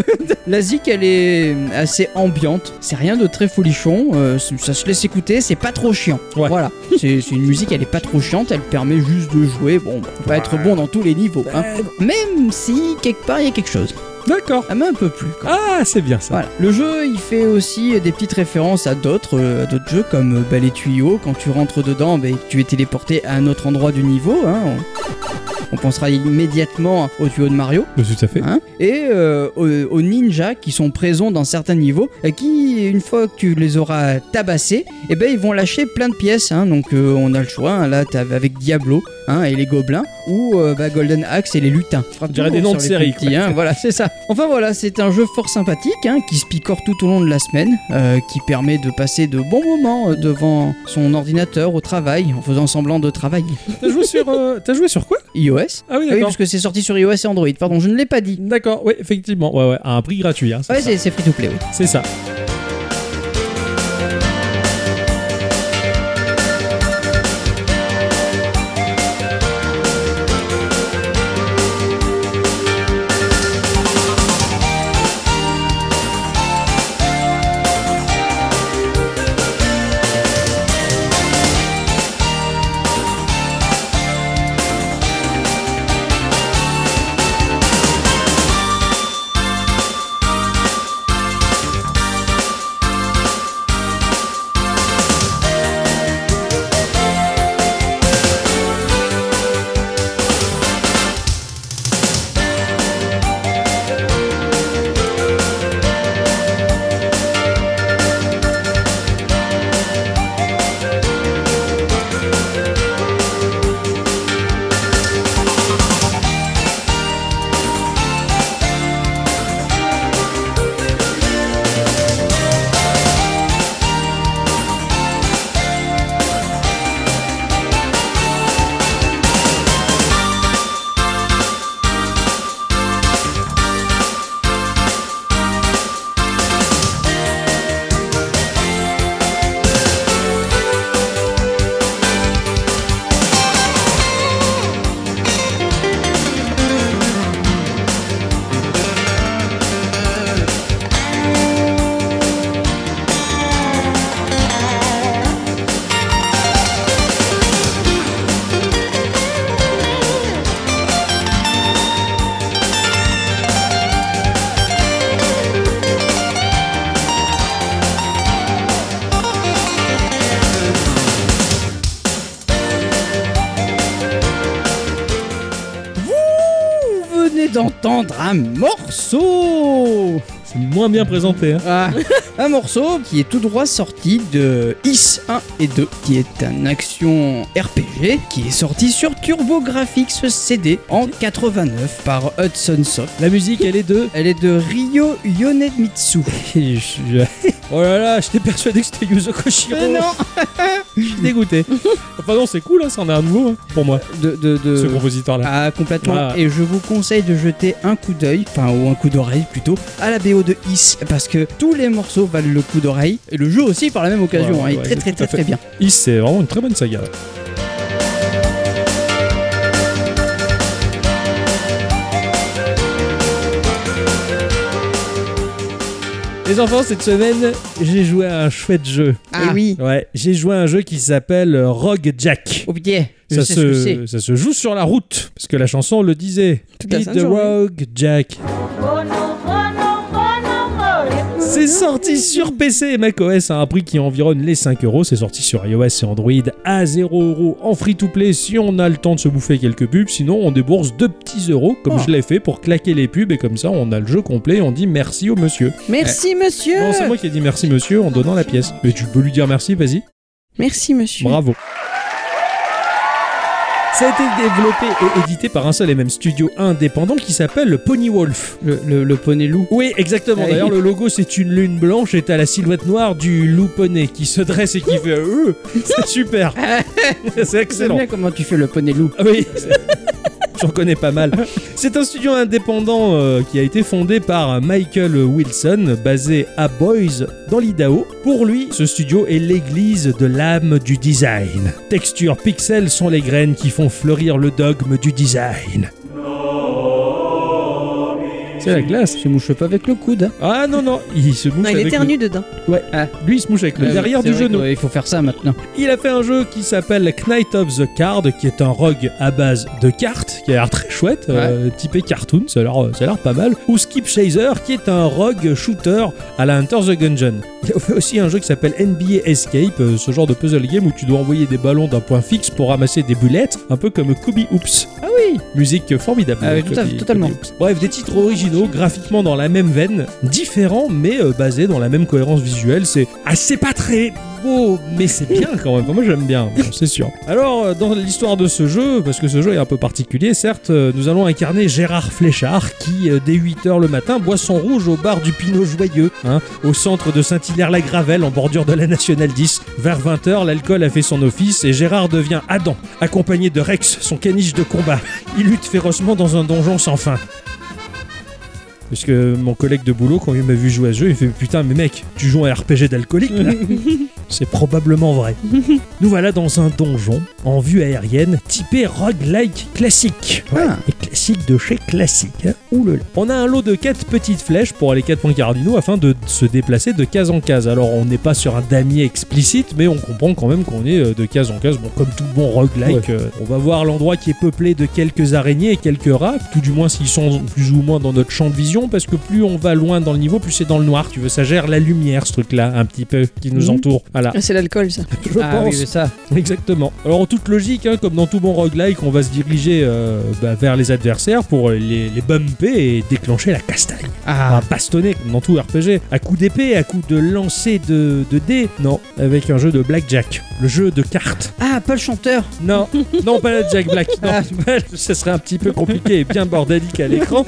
la zik elle est euh, assez ambiante. C'est rien de très folichon. euh, c- ça se laisse écouter, c'est pas trop chiant. Ouais. Voilà. C'est c'est une musique, elle est pas trop chiante. Elle permet juste de jouer. Bon, bah, faut pas être bon dans tous les niveaux. hein. Même si quelque part il y a quelque chose. Ah, D'accord. Ah, mais un peu plus. quand même. Ah, c'est bien ça. Voilà. Le jeu, il fait aussi des petites références à d'autres, euh, à d'autres jeux comme euh, bah, les tuyaux. Quand tu rentres dedans, bah, tu es téléporté à un autre endroit du niveau. hein. On... on pensera immédiatement aux tuyaux de Mario. Mais Tout à fait. Hein et euh, aux, aux ninjas qui sont présents dans certains niveaux, et qui, une fois que tu les auras tabassés, eh ben, ils vont lâcher plein de pièces. hein. donc euh, on a le choix, hein. là t'as- avec Diablo hein, et les gobelins, ou euh, bah, Golden Axe et les lutins. Frappe dirait toujours des sur noms de les séries, plus petits, hein. voilà, c'est ça. Enfin voilà, c'est un jeu fort sympathique, hein, qui se picore tout au long de la semaine, euh, qui permet de passer de bons moments euh, devant son ordinateur au travail, en faisant semblant de (laughs) travailler. T'as joué sur, euh, t'as joué sur quoi iOS Ah oui, Ah oui, d'accord. parce que c'est sorti sur iOS et Android, pardon, je ne l'ai pas dit. D'accord, oui, effectivement. Ouais, ouais, à un prix gratuit. Hein, c'est Ouais, ça. c'est c'est free to play, oui. C'est ça. Vous venez d'entendre un morceau C'est moins bien présenté. Hein. Ah, Un morceau qui est tout droit sorti de Is 1 et 2, qui est un action RPG qui est sorti sur TurboGrafx CD en 89 par Hudson Soft. La musique, elle est de. Elle est de Ryo Yonemitsu. (laughs) (laughs) oh là là, j'étais persuadé que c'était Yuzo Koshiro. Euh, non (laughs) Je suis dégoûté. enfin, non, c'est cool, hein, ça en est un nouveau hein, pour moi, De, de, de- ce compositeur-là. Ah, complètement. Ah. Et je vous conseille de jeter un coup d'œil, enfin, ou un coup d'oreille plutôt, à la BO de Is, parce que tous les morceaux valent le coup d'oreille, et le jeu aussi par la même occasion, hein, Ouais, il est ouais, très très tout à très fait. très bien. Is, c'est vraiment une très bonne saga. ouais. Les enfants, cette semaine, j'ai joué à un chouette jeu. Ah. Et oui. Ouais, j'ai joué à un jeu qui s'appelle euh, Rogue Jack. Oh putain, je Ça sais ce que c'est. se, ça se joue sur la route, parce que la chanson le disait. Toute la Beat sainte the journée. Rogue Jack. C'est sorti sur PC et macOS à un prix qui environne les 5 euros. C'est sorti sur iOS et Android à 0 euros en free to play si on a le temps de se bouffer quelques pubs. Sinon, on débourse 2 petits euros comme Ah. je l'ai fait pour claquer les pubs et comme ça, on a le jeu complet et on dit merci au monsieur. Merci, monsieur. Non, c'est moi qui ai dit merci monsieur en donnant la pièce. Mais tu peux lui dire merci, vas-y. Merci, monsieur. Bravo. Ça a été développé et édité par un seul et même studio indépendant qui s'appelle Pony Wolf. Le, le- le poney loup. Oui, exactement. Ah oui. D'ailleurs, le logo, c'est une lune blanche et t'as la silhouette noire du loup poney qui se dresse et qui (laughs) fait euh, C'est super. c'est J'aime excellent. (laughs) bien comment tu fais le poney loup. Ah oui. tu en connais pas mal. C'est un studio indépendant euh, qui a été fondé par Michael Wilson, basé à Boise, dans l'Idaho. Pour lui, ce studio est l'église de l'âme du design. Textures, pixels sont les graines qui font fleurir le dogme du design. C'est la glace. Je mouche pas avec le coude. hein. Ah non, non, il se mouche Non, il avec éternue dedans. le- Ouais, Ah. lui il se mouche avec le Ah oui, derrière c'est du vrai genou. que, ouais, Il faut faire ça maintenant. Il a fait un jeu qui s'appelle Knight of the Card, qui est un rogue à base de cartes, qui a l'air très chouette, euh, typé cartoon, ça a l'air- ça a l'air pas mal. Ou Skip Chaser, qui est un rogue shooter à la Hunter the Gungeon. Il a fait aussi un jeu qui s'appelle NBA Escape, euh, ce genre de puzzle game où tu dois envoyer des ballons d'un point fixe pour ramasser des bullettes, un peu comme Kobe Oops. Ah oui Musique formidable. Ah oui, Kobe- tout à fait, Kobe totalement. Oops. Bref, des titres originaux, graphiquement dans la même veine, différents mais euh, basés dans la même cohérence visuelle. C'est assez pas très beau, mais c'est bien quand même. Enfin, moi j'aime bien, bon, c'est sûr. Alors, euh, dans l'histoire de ce jeu, parce que ce jeu est un peu particulier, certes, euh, nous allons incarner Gérard Fléchard qui, euh, dès 8h le matin, boit son rouge au bar du Pinot Joyeux, hein, au centre de Saint-Hilaire-la-Gravelle, en bordure de la Nationale 10. Vers 20h, l'alcool a fait son office et Gérard devient Adam, accompagné de Rex, son caniche de combat. Il lutte férocement dans un donjon sans fin. Parce que mon collègue de boulot, quand il m'a vu jouer à ce jeu, il fait Putain, mais mec, tu joues à un RPG d'alcoolique là C'est probablement vrai. Nous voilà dans un donjon, en vue aérienne, typé roguelike classique. Ah. Et classique de chez classique. hein. Ouh là là. On a un lot de 4 petites flèches pour aller 4 points cardinaux afin de se déplacer de case en case. Alors on n'est pas sur un damier explicite, mais on comprend quand même qu'on est euh, de case en case. Bon, comme tout bon roguelike, euh, on va voir l'endroit qui est peuplé de quelques araignées et quelques rats, tout du moins s'ils sont plus ou moins dans notre champ de vision, parce que plus on va loin dans le niveau, plus c'est dans le noir. Tu veux, ça gère la lumière, ce truc-là, un petit peu, qui nous Mhm. entoure. Voilà, Ah, C'est l'alcool, ça. (laughs) je ah pense. oui, mais ça. Exactement. Alors en toute logique, hein, comme dans tout bon roguelike, on va se diriger euh, bah, vers les adversaires pour les, les bumper et déclencher la castagne. Ah, Un bastonnet, comme dans tout RPG, à coup d'épée, à coup de lancer de, de dés. Non, avec un jeu de blackjack. Le jeu de cartes. ah, pas le chanteur. Non, non, pas la Jack Black. Non, (laughs) ce serait un petit peu compliqué et bien bordélique à l'écran.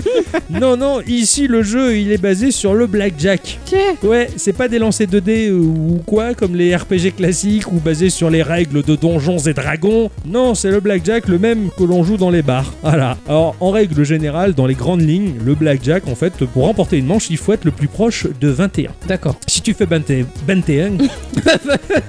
Non, non, ici le jeu, il est basé sur le blackjack. Tiens. Ouais, c'est pas des lancers 2D ou quoi, comme les RPG classiques ou basés sur les règles de donjons et dragons. Non, c'est le blackjack le même que l'on joue dans les bars. Voilà. Alors, en règle générale, dans les grandes lignes, le blackjack, en fait, pour remporter une manche, il faut être le plus proche de 21. D'accord. Si tu fais 20 21, (laughs)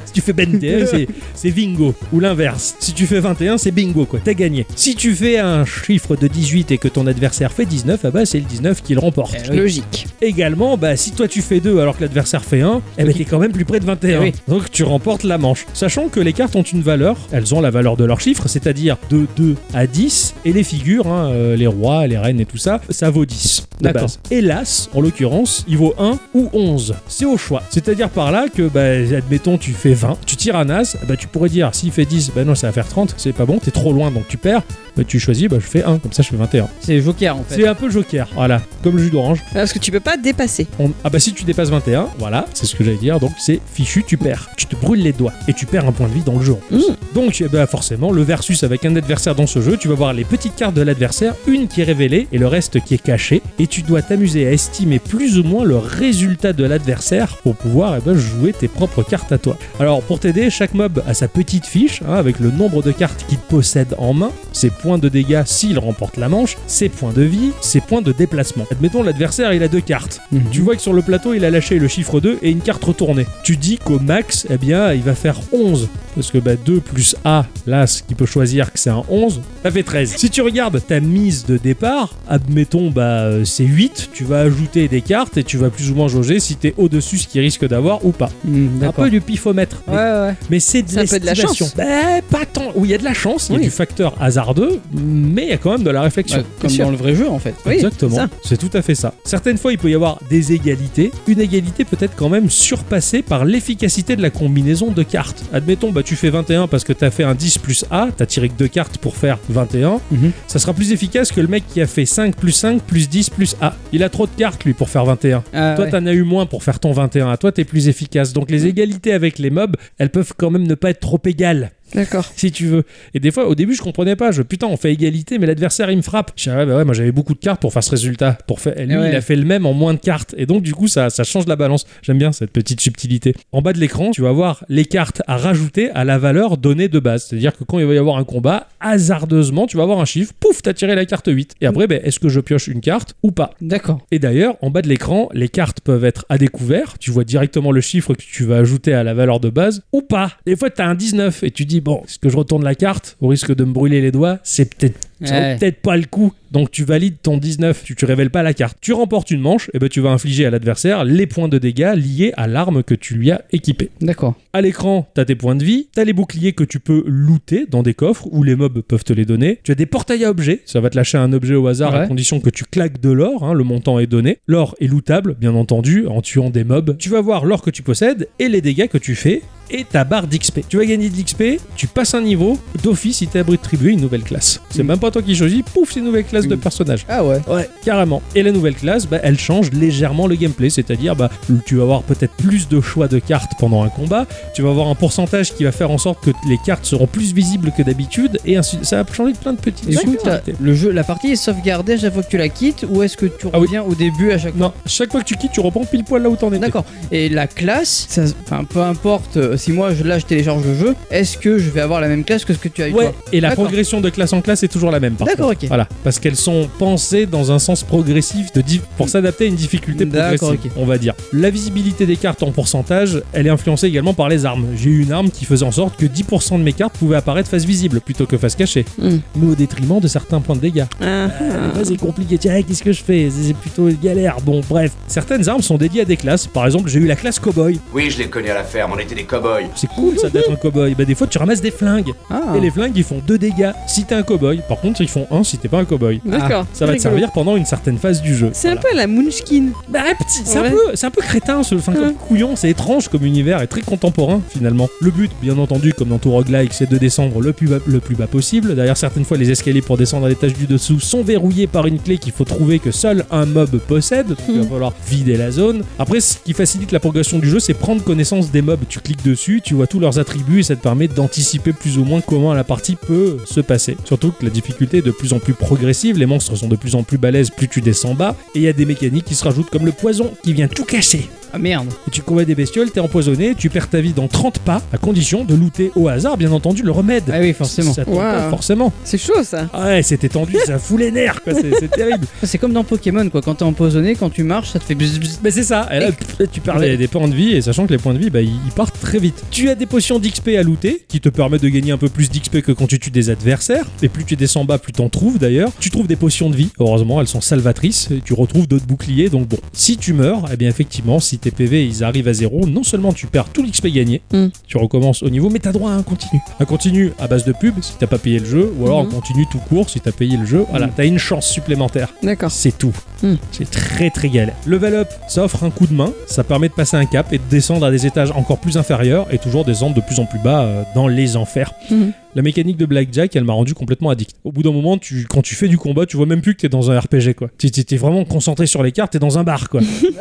si tu fais 21, c'est- c'est bingo. Ou l'inverse. Si tu fais 21, c'est bingo, quoi. T'as gagné. Si tu fais un chiffre de 18 et que ton adversaire fait 19, ah bah c'est le 19 qui le remporte. Eh oui. Logique. Également, bah, si toi tu fais 2 alors que l'adversaire fait 1, eh ben, t'es quand même plus près de 21. Eh oui. Donc tu remportes la manche. Sachant que les cartes ont une valeur, elles ont la valeur de leur chiffre, c'est-à-dire de 2 à 10, et les figures, hein, euh, les rois, les reines et tout ça, ça vaut 10. de D'accord. base. Hélas, en l'occurrence, il vaut 1 ou 11. C'est au choix. C'est-à-dire par là que, bah, admettons, tu fais 20, tu tires un as, bah, tu pourrais dire, s'il fait 10, bah non, ça va faire 30, c'est pas bon, t'es trop loin, donc tu perds. Bah, tu choisis, bah, je fais 1, comme ça je fais 21. C'est Joker en fait. C'est un peu joker, voilà, comme le jus d'orange. Ah, Parce que tu peux pas dépasser. On- Ah bah si tu dépasses 21, voilà, c'est ce que j'allais dire, donc c'est fichu, tu perds. Tu te brûles les doigts et tu perds un point de vie dans le jeu. en plus. Donc eh ben, forcément, le versus avec un adversaire dans ce jeu, tu vas voir les petites cartes de l'adversaire, une qui est révélée et le reste qui est caché, et tu dois t'amuser à estimer plus ou moins le résultat de l'adversaire pour pouvoir eh ben, jouer tes propres cartes à toi. Alors pour t'aider, chaque mob a sa petite fiche hein, avec le nombre de cartes qu'il possède en main, ses points de dégâts s'il remporte la manche, ses points de vie, ses points de déplacement. Admettons l'adversaire il a deux cartes. Mhm. Tu vois que sur le plateau, il a lâché le chiffre 2 et une carte retournée. Tu dis qu'au max, eh bien, il va faire 11. Parce que bah, 2 plus A, là, ce qui peut choisir que c'est un 11, ça fait 13. Si tu regardes ta mise de départ, admettons, bah, euh, c'est 8, tu vas ajouter des cartes et tu vas plus ou moins jauger si t'es au-dessus ce qui risque d'avoir ou pas. Hmm, Un D'accord. peu du pifomètre. Ouais, ouais. Mais c'est de C'est un peu de la l'estimation. Bah, pas tant. Oui, il y a de la chance, il y Oui. a du facteur hasardeux, mais il y a quand même de la réflexion. Bah, comme sûr. dans le vrai jeu en fait. Oui, c'est Exactement, ça. c'est tout à fait ça. Certaines fois, il peut y avoir des égalités. Une égalité peut être quand même surpassée par l'efficacité de la combinaison de cartes. Admettons, bah, tu fais 21 parce que t'as fait un 10 plus A, t'as tiré que deux cartes pour faire 21. Mhm. Ça sera plus efficace que le mec qui a fait 5 plus 5 plus 10 plus A. Il a trop de cartes, lui, pour faire 21. Ah, Toi, ouais. t'en as eu moins pour faire ton 21. À toi, t'es plus efficace. Donc, les égalités avec les mobs, elles peuvent quand même ne pas être trop égales. D'accord. (laughs) si tu veux. Et des fois, au début, je comprenais pas. Je putain, on fait égalité, mais l'adversaire il me frappe. Je dis, ah ouais, bah ouais, moi j'avais beaucoup de cartes pour faire ce résultat. Pour faire, et lui, Eh ouais. il a fait le même en moins de cartes. Et donc, du coup, ça, ça change la balance. J'aime bien cette petite subtilité. En bas de l'écran, tu vas voir les cartes à rajouter à la valeur donnée de base. C'est-à-dire que quand il va y avoir un combat, hasardeusement, tu vas avoir un chiffre. Pouf, t'as tiré la carte 8. Et après, ben, est-ce que je pioche une carte ou pas D'accord. et d'ailleurs, en bas de l'écran, les cartes peuvent être à découvert. Tu vois directement le chiffre que tu vas ajouter à la valeur de base ou pas. Des fois, tu as un 19 et tu dis Bon, est-ce que je retourne la carte au risque de me brûler les doigts C'est peut-être ça vaut Ouais. peut-être pas le coup. Donc, tu valides ton 19, tu, tu révèles pas la carte. Tu remportes une manche, et ben tu vas infliger à l'adversaire les points de dégâts liés à l'arme que tu lui as équipée. D'accord. À l'écran, t'as tes points de vie, t'as les boucliers que tu peux looter dans des coffres où les mobs peuvent te les donner. Tu as des portails à objets, ça va te lâcher un objet au hasard à Ouais. condition que tu claques de l'or, hein, le montant est donné. L'or est lootable, bien entendu, en tuant des mobs. Tu vas voir l'or que tu possèdes et les dégâts que tu fais et ta barre d'XP. Tu vas gagner de l'XP, tu passes un niveau, d'office il t'est attribué une nouvelle classe. C'est Mm. même pas toi qui choisis, pouf, c'est une nouvelle classe de Mm. personnage. Ah ouais. Ouais, carrément. Et la nouvelle classe, bah, elle change légèrement le gameplay, c'est-à-dire bah, tu vas avoir peut-être plus de choix de cartes pendant un combat, tu vas avoir un pourcentage qui va faire en sorte que t- les cartes seront plus visibles que d'habitude, et ainsi ça va changer plein de petites hein. Écoute, t'as- subtilités. le jeu, la partie est sauvegardée à chaque fois que tu la quittes ou est-ce que tu Ah oui. reviens au début à chaque fois Non, chaque fois que tu quittes, tu reprends pile poil là où t'en étais. D'accord. Et la classe, ça- enfin peu importe euh, si moi je, là je télécharge le jeu, est-ce que je vais avoir la même classe que ce que tu as eu Ouais, toi et la D'accord. progression de classe en classe est toujours la même. par D'accord, contre. ok. Voilà, parce qu'elles sont pensées dans un sens progressif de div- pour s'adapter à une difficulté D'accord, progressive, on va dire. La visibilité des cartes en pourcentage, elle est influencée également par les armes. J'ai eu une arme qui faisait en sorte que 10% de mes cartes pouvaient apparaître face visible plutôt que face cachée, Hmm. mais au détriment de certains points de dégâts. Ah, ah. Ah, c'est compliqué, tiens, qu'est-ce que je fais C'est plutôt une galère. Bon, bref. Certaines armes sont dédiées à des classes. Par exemple, j'ai eu la classe cowboy. Oui, je les connais à la ferme, on était des cow-boys. C'est cool ça d'être un cowboy. Bah, des fois, tu ramasses des flingues. Ah. Et les flingues, ils font 2 dégâts si t'es un cowboy. Par contre, ils font 1 si t'es pas un cowboy. Ah. D'accord. Ça va te Rigolo. servir pendant une certaine phase du jeu. C'est un Voilà. peu à la Munchkin. Bah, petit- c'est Ouais. un peu, c'est un peu crétin, ce enfin, comme Ouais. couillon, c'est étrange comme univers et très contemporain finalement. Le but, bien entendu, comme dans tout roguelike, c'est de descendre le plus bas, le plus bas possible. D'ailleurs, certaines fois, les escaliers pour descendre à l'étage du dessous sont verrouillés par une clé qu'il faut trouver que seul un mob possède. Donc, Il va Hmm. falloir vider la zone. Après, ce qui facilite la progression du jeu, c'est prendre connaissance des mobs. Tu cliques dessus, tu vois tous leurs attributs et ça te permet d'anticiper plus ou moins comment la partie peut se passer. Surtout que la difficulté est de plus en plus progressive, les monstres sont de plus en plus balèzes plus tu descends bas, et il y a des mécaniques qui se rajoutent comme le poison qui vient tout cacher. Ah merde. Et tu combats des bestioles, t'es empoisonné, tu perds ta vie dans 30 pas, à condition de looter au hasard, bien entendu, le remède. Ah oui, forcément. Ça tombe Wow. pas, forcément. C'est chaud ça. Ah ouais, c'était tendu, ça fout les nerfs, quoi, c'est c'est terrible. C'est comme dans Pokémon quoi, quand t'es empoisonné, quand tu marches, ça te fait bzz, (laughs) bzz. Mais c'est ça, et là, pff, tu perds des, des points de vie, et sachant que les points de vie, bah, ils, ils partent très vite. Tu as des potions d'XP à looter, qui te permettent de gagner un peu plus d'XP que quand tu tues des adversaires, et plus tu descends bas, plus t'en trouves d'ailleurs. Tu trouves des potions de vie, heureusement, elles sont salvatrices, et tu retrouves d'autres boucliers, donc bon. Si tu meurs, eh bien effectivement, si tes PV ils arrivent à zéro, non seulement tu perds tout l'XP gagné, Mm. tu recommences au niveau, mais t'as droit à un continu. Un continu à base de pub, si t'as pas payé le jeu, ou alors Mhm. un continu tout court, si t'as payé le jeu, voilà, t'as une chance supplémentaire. D'accord. C'est tout. Hmm. C'est très très galère. Level up, ça offre un coup de main, ça permet de passer un cap et de descendre à des étages encore plus inférieurs et toujours descendre de plus en plus bas euh, dans les enfers. Mhm. La mécanique de Blackjack, elle m'a rendu complètement addict. Au bout d'un moment, tu, quand tu fais du combat, tu vois même plus que t'es dans un RPG quoi. T'es- T'es t'es vraiment concentré sur les cartes, t'es dans un bar (laughs) quoi. Ah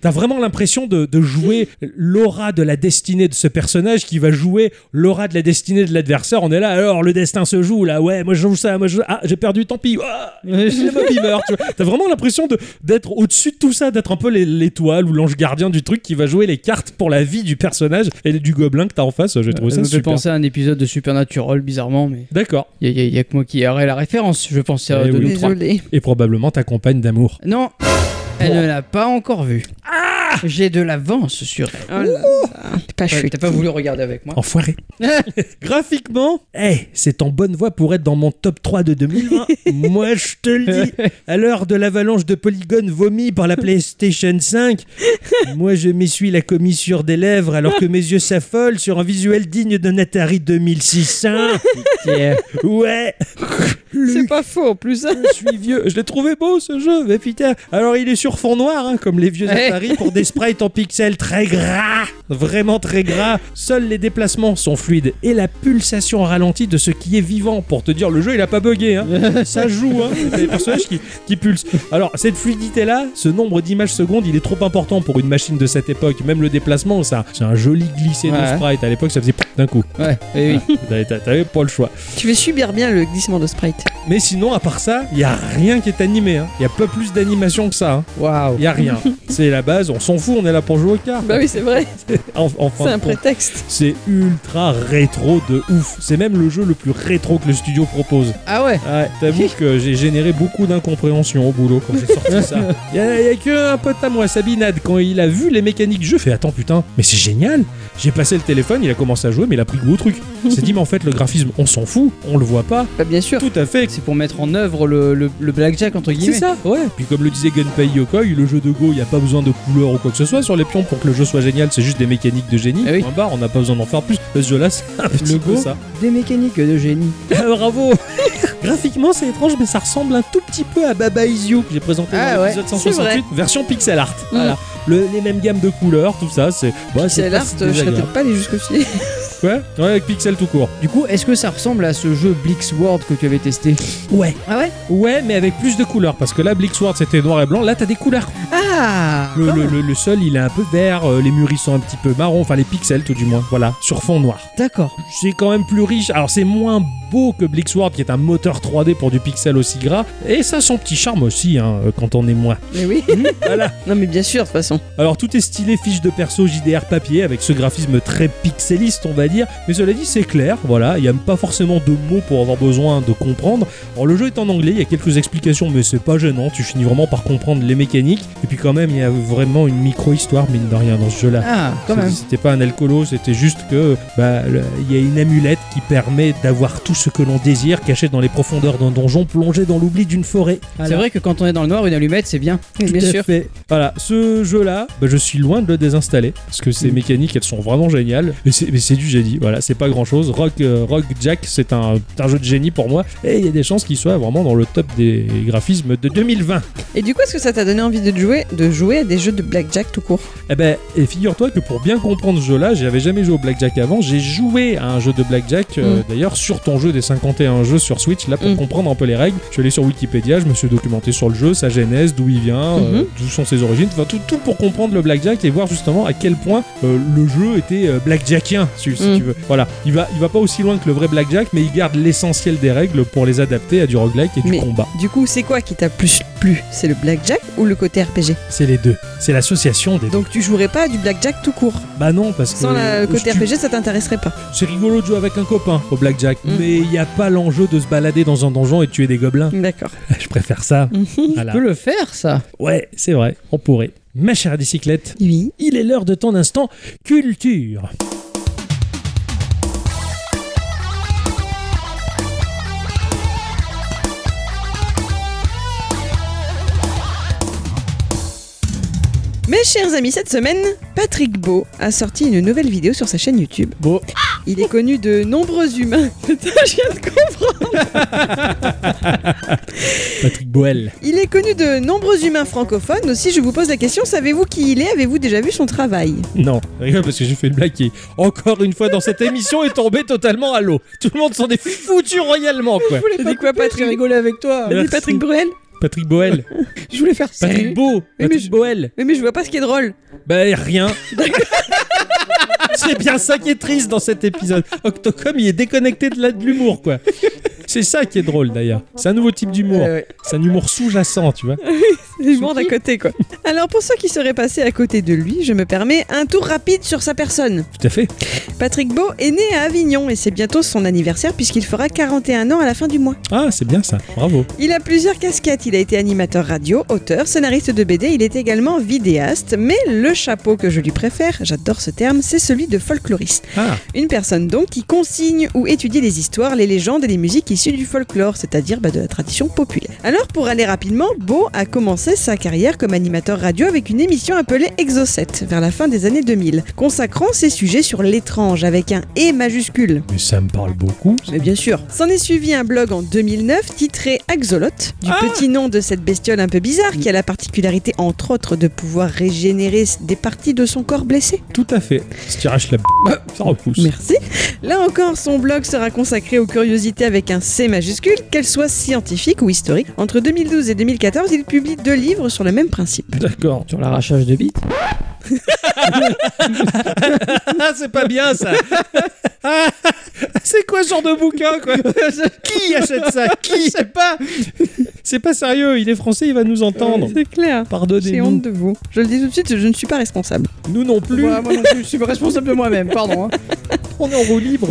T'as vraiment l'impression de, de jouer l'aura de la destinée de ce personnage qui va jouer l'aura de la destinée de l'adversaire. On est là, alors le destin se joue là, ouais, moi je joue ça, moi je joue... Ah, j'ai perdu, tant pis. Ah, le mob, il meurt, tu vois. T'as vraiment l'impression de- d'être au-dessus de tout ça, d'être un peu l'é- l'étoile ou l'ange gardien du truc qui va jouer les cartes pour la vie du personnage et du gobelin que t'as en face. J'ai trouvé ça ça me fait super. Euh, penser à un épisode de Supernatural bizarrement mais D'accord. il y, a- y a que moi qui aurais la référence, je pense à Eh deux oui. ou trois. Désolé. Et probablement ta compagne d'amour. Non, elle ne l'a pas encore vu. J'ai de l'avance sur elle. Oh là là. T'es pas Ouais, chouette. T'as pas voulu regarder avec moi Enfoiré. Graphiquement, eh, c'est en bonne voie pour être dans mon top 3 de 2020. Moi, je te le dis. À l'heure de l'avalanche de polygones vomis par la PlayStation 5, moi, je m'essuie la commissure des lèvres alors que mes yeux s'affolent sur un visuel digne d'un Atari 2600. Tiens. Ouais. C'est Luc, pas faux en plus. hein. je suis vieux. Je l'ai trouvé beau ce jeu, mais putain. Alors il est sur fond noir, hein, comme les vieux Ouais. Atari pour des sprites en pixels très gras. vraiment très gras. Seuls les déplacements sont fluides et la pulsation ralentie de ce qui est vivant. Pour te dire, le jeu, il a pas bugué. Hein. Ça joue. Hein. T'as des personnages qui, qui pulsent. Alors, cette fluidité-là, ce nombre d'images secondes, il est trop important pour une machine de cette époque. Même le déplacement, ça, c'est un joli glissé de Ouais. sprite. À l'époque, ça faisait pouf d'un coup. Ouais, oui, (laughs) oui. T'avais- T'avais pas le choix. Tu fais subir bien le glissement de sprite. Mais sinon, à part ça, il y a rien qui est animé. hein. Il y a pas plus d'animation que ça. Waouh. Il y a (laughs) rien. c'est la base. On s'en fout. On est là pour jouer aux cartes. Bah oui, c'est vrai, En- en fin c'est de un compte. prétexte. C'est ultra rétro de ouf. C'est même le jeu le plus rétro que le studio propose. Ah ouais. Ouais, (laughs) t'avoues que j'ai généré beaucoup d'incompréhension au boulot quand j'ai sorti ça. Y a, y a que un pote à moi, Sabinade, quand il a vu les mécaniques du jeu, fait attends putain, mais c'est génial. J'ai passé le téléphone, il a commencé à jouer, mais il a pris goût au truc. Il s'est dit mais en fait le graphisme, on s'en fout, on le voit pas. Bah bien sûr. Tout à fait. C'est pour mettre en œuvre le, le- le blackjack entre C'est guillemets. ça, ouais. Puis comme le disait Gunpei Yokoi, le jeu de Go, il n'y a pas besoin de couleurs ou quoi que ce soit sur les pions pour que le jeu soit génial, c'est juste des mécaniques de génie. Eh oui. Point barre, on n'a pas besoin d'en faire plus. Ce jeu-là, (laughs) c'est un petit Le peu Go. ça. Des mécaniques de génie. Ah, bravo (laughs) Graphiquement, c'est étrange, mais ça ressemble un tout petit peu à Baba Is You que j'ai présenté Ah dans ouais, l'épisode c'est vrai. 168, version pixel art. Mm. Voilà. Le- les mêmes gammes de couleurs, tout ça, c'est. Ouais, C'est pas l'art, si euh, je serais désagréable. peut-être pas allé jusqu'ici. Ouais, ouais, avec pixel tout court. Du coup, est-ce que ça ressemble à ce jeu Blixworld que tu avais testé Ouais. Ah ouais Ouais, mais avec plus de couleurs, parce que là, Blixward c'était noir et blanc, là, t'as des couleurs. Ah Le, le- le- le sol, il est un peu vert, euh, les murs, ils sont un petit peu marron, enfin les pixels tout du moins, voilà, sur fond noir. D'accord. c'est quand même plus riche. Alors c'est moins beau que Blixward qui est un moteur 3D pour du pixel aussi gras. Et ça a son petit charme aussi hein, euh, quand on est moins. (laughs) Mais oui. Voilà. Non mais bien sûr, de toute façon. Alors tout est stylé fiche de perso JDR papier avec ce graphisme très pixeliste on va dire. Mais cela dit c'est clair, voilà, il n'y a pas forcément de mots pour avoir besoin de comprendre. Alors le jeu est en anglais, il y a quelques explications mais c'est pas gênant, tu finis vraiment par comprendre les mécaniques. Et puis quand même il y a vraiment une micro-histoire mine de rien dans ce jeu-là. Ah, quand C'est- même. C'était pas un alcoolo, c'était juste que bah, le- il y a une amulette qui permet d'avoir tout ce que l'on désire caché dans les profondeurs d'un donjon plongé dans l'oubli d'une forêt. C'est vrai que quand on est dans le noir, une allumette, c'est bien. Mais bien Tout à sûr. fait. Voilà, ce jeu-là, bah, je suis loin de le désinstaller parce que Mm. ces mécaniques, elles sont vraiment géniales. Mais c'est, mais c'est du génie. Voilà, c'est pas grand-chose. Rock, euh, Rock Jack, c'est un, un jeu de génie pour moi. Et il y a des chances qu'il soit vraiment dans le top des graphismes de 2020. Et du coup, est-ce que ça t'a donné envie de jouer, de jouer à des jeux de blackjack tout court Eh ben, et figure-toi que pour bien comprendre ce jeu-là, j'avais jamais joué au blackjack avant. J'ai joué à un jeu de blackjack, euh, Mm. d'ailleurs, sur ton jeu des 51 jeux sur Switch, là, pour Mm. comprendre un peu les règles. Je suis allé sur Wikipédia, je me suis documenté sur le jeu, sa genèse, d'où il vient, euh, Mhm. d'où sont ses origines, enfin, tout, tout pour comprendre le blackjack et voir justement à quel point euh, le jeu était euh, blackjackien, si, si Mm. tu veux. Voilà, il va, il va pas aussi loin que le vrai blackjack, mais il garde l'essentiel des règles pour les adapter à du roguelike et du Mais- combat. Du coup, c'est quoi qui t'a plus plu C'est le blackjack ou le côté RPG C'est les deux. C'est l'association des deux. Donc tu jouerais pas à du blackjack tout court. Bah non, parce que. Sans la- le tu- côté RPG, ça t'intéresserait (laughs) pas. C'est rigolo de jouer avec un copain au blackjack, Mm. mais il n'y a pas l'enjeu de se balader dans un donjon et de tuer des gobelins. (laughs) D'accord. Je préfère ça. Mm. (laughs) Voilà. Tu peux le faire, ça Ouais, c'est vrai, on pourrait. Ma chère bicyclette, Oui. il est l'heure de ton instant culture. Mes chers amis, cette semaine, Patrick Beau a sorti une nouvelle vidéo sur sa chaîne YouTube. Beau. Il est connu de nombreux humains. (laughs) Putain, je viens de comprendre. Patrick Boel. Il est connu de nombreux humains francophones. Aussi, je vous pose la question savez-vous qui il est Avez-vous déjà vu son travail Non, rigole parce que j'ai fait une blague qui, encore une fois, dans cette émission est tombée totalement à l'eau. Tout le monde s'en est foutu royalement, quoi. voulais pas quoi, Patrick rigolé avec toi. Merci. Patrick Bruel Patrick Boel. Je voulais faire ça. Patrick Beau. mais Patrick je- Boel. Mais, mais je vois pas ce qui est drôle. Ben rien. C'est bien ça qui est triste dans cet épisode. Octocom, il est déconnecté de la- de l'humour, quoi. C'est ça qui est drôle, d'ailleurs. C'est un nouveau type d'humour. Euh, ouais. C'est un humour sous-jacent, tu vois. Oh. Je m'en d'à côté, (laughs) quoi. Alors, pour ceux qui seraient passés à côté de lui, je me permets un tour rapide sur sa personne. Tout à fait. Patrick Beau est né à Avignon et c'est bientôt son anniversaire puisqu'il fera 41 ans à la fin du mois. Ah, c'est bien ça. Bravo. Il a plusieurs casquettes. Il a été animateur radio, auteur, scénariste de BD. Il est également vidéaste. Mais le chapeau que je lui préfère, j'adore ce terme, c'est celui de folkloriste. Ah, Une personne donc qui consigne ou étudie les histoires, les légendes et les musiques issues du folklore, c'est-à-dire bah, de la tradition populaire. Alors pour aller rapidement, Beau a commencé commencé sa carrière comme animateur radio avec une émission appelée Exocet vers la fin des années 2000, consacrant ses sujets sur l'étrange avec un E majuscule. Mais ça me parle beaucoup. Mais bien sûr. S'en est suivi un blog en 2009 titré Axolot, du petit nom de cette bestiole un peu bizarre qui a la particularité entre autres de pouvoir régénérer des parties de son corps blessé. Tout à fait. Ce tirage la b... ça repousse. Merci. Là encore, son blog sera consacré aux curiosités avec un C majuscule, qu'elles soient scientifiques ou historiques. Entre 2012 et 2014, il publie deux livres sur le même principe. D'accord. Sur l'arrachage de bites. Ah, c'est pas (laughs) bien ça. Ah, (laughs) c'est quoi ce genre de bouquin quoi Qui achète ça Qui C'est pas. C'est pas sérieux. Il est français, il va nous entendre. C'est clair. J'ai honte Pardonnez-nous. de vous. Je le dis tout de suite, je ne suis pas responsable. Nous non plus. Voilà, moi non plus, je suis responsable de moi-même, pardon. hein. On est en roue libre.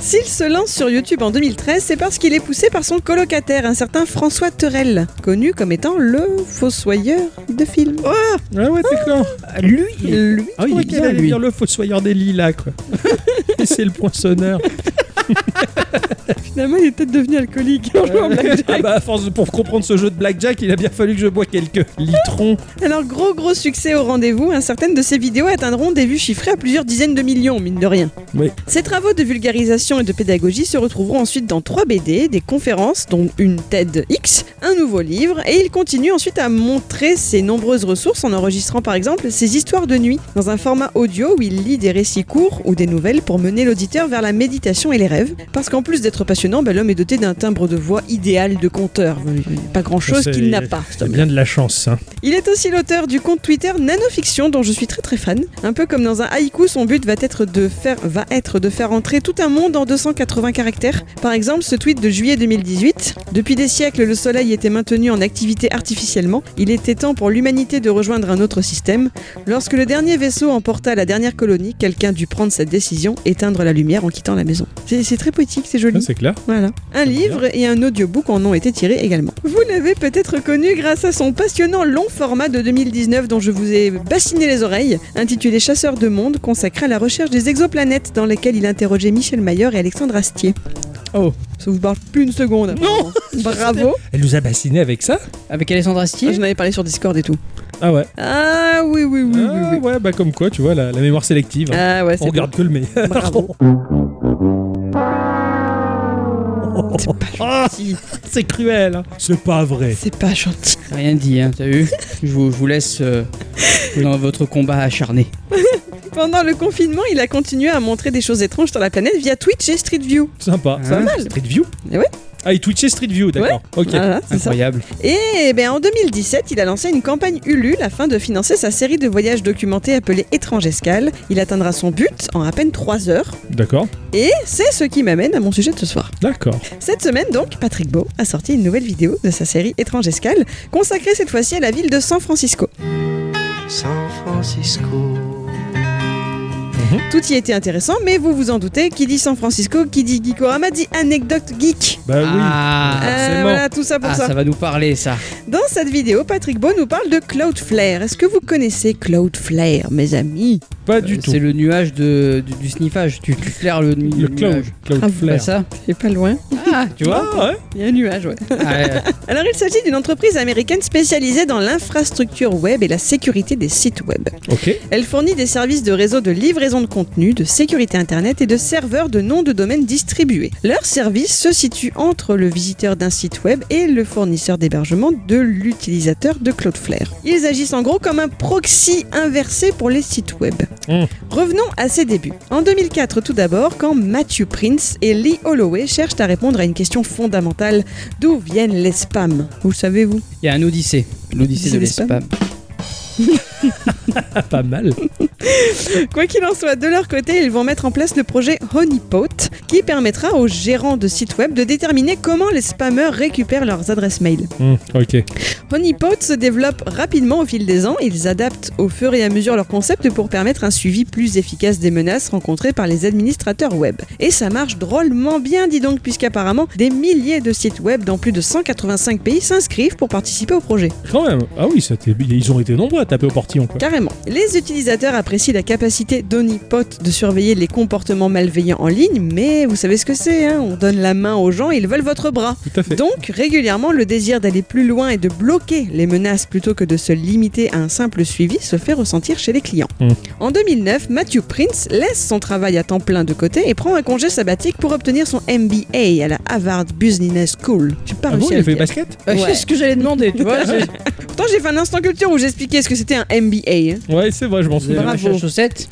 S'il se lance sur YouTube en 2013, c'est parce qu'il est poussé par son colocataire, un certain François Terrel, connu comme étant le fossoyeur de films. Ah ouais, d'accord. Ah, Lui, il- Lui, Ah, je il crois est qu'il bien, allait lui. dire le fossoyeur des lilas quoi. Et c'est le poinçonneur. Finalement, il est peut-être devenu alcoolique (laughs) en jouant au blackjack. Ah bah, à force de- pour comprendre ce jeu de blackjack, il a bien fallu que je bois quelques litrons. Alors, gros gros succès au rendez-vous, hein, certaines de ses vidéos atteindront des vues chiffrées à plusieurs dizaines de millions, mine de rien. Oui. Ses travaux de vulgarisation et de pédagogie se retrouveront ensuite dans trois BD, des conférences, dont une TEDx, un nouveau livre, et il continue ensuite à montrer ses nombreuses ressources en enregistrant par exemple ses histoires de nuit, dans un format audio où il lit des récits courts ou des nouvelles pour mener l'auditeur vers la méditation et les rêves. Parce qu'en plus d'être passionnant, bah, l'homme est doté d'un timbre de voix idéal de conteur. Ben, Il n'y a Pas grand Ça, chose c'est- qu'il n'a pas. cet T'as homme-là. bien de la chance, hein. Il est aussi l'auteur du compte Twitter Nanofiction dont je suis très très fan. Un peu comme dans un haïku, son but va être de faire, va être de faire entrer tout un monde en 280 caractères. Par exemple, ce tweet de juillet 2018. Depuis des siècles, le soleil était maintenu en activité artificiellement. Il était temps pour l'humanité de rejoindre un autre système. Lorsque le dernier vaisseau emporta la dernière colonie, quelqu'un dut prendre cette décision, éteindre la lumière en quittant la maison. C'est c'est très poétique, c'est joli. c'est clair. Voilà. Un livre et un audiobook en ont été tirés également. Vous l'avez peut-être connu grâce à son passionnant long format de 2019 dont je vous ai bassiné les oreilles, intitulé Chasseurs de monde, consacré à la recherche des exoplanètes dans lesquelles il interrogeait Michel Mayer et Alexandre Astier. Oh. Ça vous parle plus une seconde. Non (laughs) Bravo. Elle nous a bassiné avec ça Avec Alessandra Astier Je n'avais parlé sur Discord et tout. Ah ouais. Ah oui, oui, oui, oui, Ah oui. ouais, bah comme quoi, tu vois, la, la mémoire sélective. hein. Ah ouais, On c'est regarde que le meilleur. (laughs) Bravo. Ah, gentil. c'est cruel. hein. C'est pas vrai. C'est pas gentil. Rien dit, hein, t'as vu je, vous, je vous laisse euh, dans votre combat acharné. Pendant le confinement, il a continué à montrer des choses étranges sur la planète via Twitch et Street View. Sympa. Hein Ça Street View Eh ouais. Ah. Ah, il twitchait Street View, d'accord. Ok. Voilà, c'est ça. Incroyable. Et ben, en 2017, il a lancé une campagne Ulule afin de financer sa série de voyages documentés appelée Étrange Escale. Il atteindra son but en à peine 3 heures. D'accord. Et c'est ce qui m'amène à mon sujet de ce soir. D'accord. Cette semaine donc, Patrick Beau a sorti une nouvelle vidéo de sa série Étrange Escale, consacrée cette fois-ci à la ville de San Francisco. San Francisco. Mhm. Tout y était intéressant, mais vous vous en doutez, qui dit San Francisco, qui dit Geekorama, dit anecdote geek. Bah Ah, oui. Euh, Forcément. voilà, tout ça pour Ah, ça. ça va nous parler, ça. Dans cette vidéo, Patrick Beau nous parle de Cloudflare. Est-ce que vous connaissez Cloudflare, mes amis Pas du Euh, tout. C'est le nuage de, du, du sniffage. Tu, tu flaires le, nu- Le cloud, nuage. cloud Ah, C'est pas flare. ça C'est pas loin. Ah, tu vois Ah ouais Il y a un nuage, ouais. Ah, ouais. Alors, il s'agit d'une entreprise américaine spécialisée dans l'infrastructure web et la sécurité des sites web. Ok. Elle fournit des services de réseau de livraison de contenu, de sécurité internet et de serveurs de noms de domaine distribués. Leur service se situe entre le visiteur d'un site web et le fournisseur d'hébergement de l'utilisateur de Cloudflare. Ils agissent en gros comme un proxy inversé pour les sites web. Mmh. Revenons à ses débuts. En 2004 tout d'abord, quand Matthew Prince et Lee Holloway cherchent à répondre à une question fondamentale, d'où viennent les spams Vous le savez-vous Il y a un (laughs) Odyssée. L'Odyssée Odyssée de des spams. l'espam. Ah, pas mal. Quoi qu'il en soit, de leur côté, ils vont mettre en place le projet Honeypot, qui permettra aux gérants de sites web de déterminer comment les spammers récupèrent leurs adresses mail. Hmm, ok. Honeypot se développe rapidement au fil des ans, ils adaptent au fur et à mesure leur concept pour permettre un suivi plus efficace des menaces rencontrées par les administrateurs web. Et ça marche drôlement bien, dis donc, puisqu'apparemment, des milliers de sites web dans plus de 185 pays s'inscrivent pour participer au projet. Quand même. Ah oui, ça t'est- ils ont été nombreux à taper au portillon. Quoi. Carrément. Les utilisateurs apprécient la capacité d'Onipot de surveiller les comportements malveillants en ligne, mais vous savez ce que c'est, hein, on donne la main aux gens et ils veulent votre bras. Tout à fait. Donc, régulièrement, le désir d'aller plus loin et de bloquer les menaces plutôt que de se limiter à un simple suivi se fait ressentir chez les clients. Mm. En 2009, Matthew Prince laisse son travail à temps plein de côté et prend un congé sabbatique pour obtenir son MBA à la Harvard Business School. J'ai pas Ah réussi bon, il à a le fait dire. basket Euh, Ouais. C'est ce que j'allais demander, tu vois. (laughs) c'est- Pourtant, j'ai fait un instant culture où j'expliquais ce que c'était un MBA. hein. Ouais, c'est vrai, je m'en Vous avez souviens. Bravo. machin chaussette.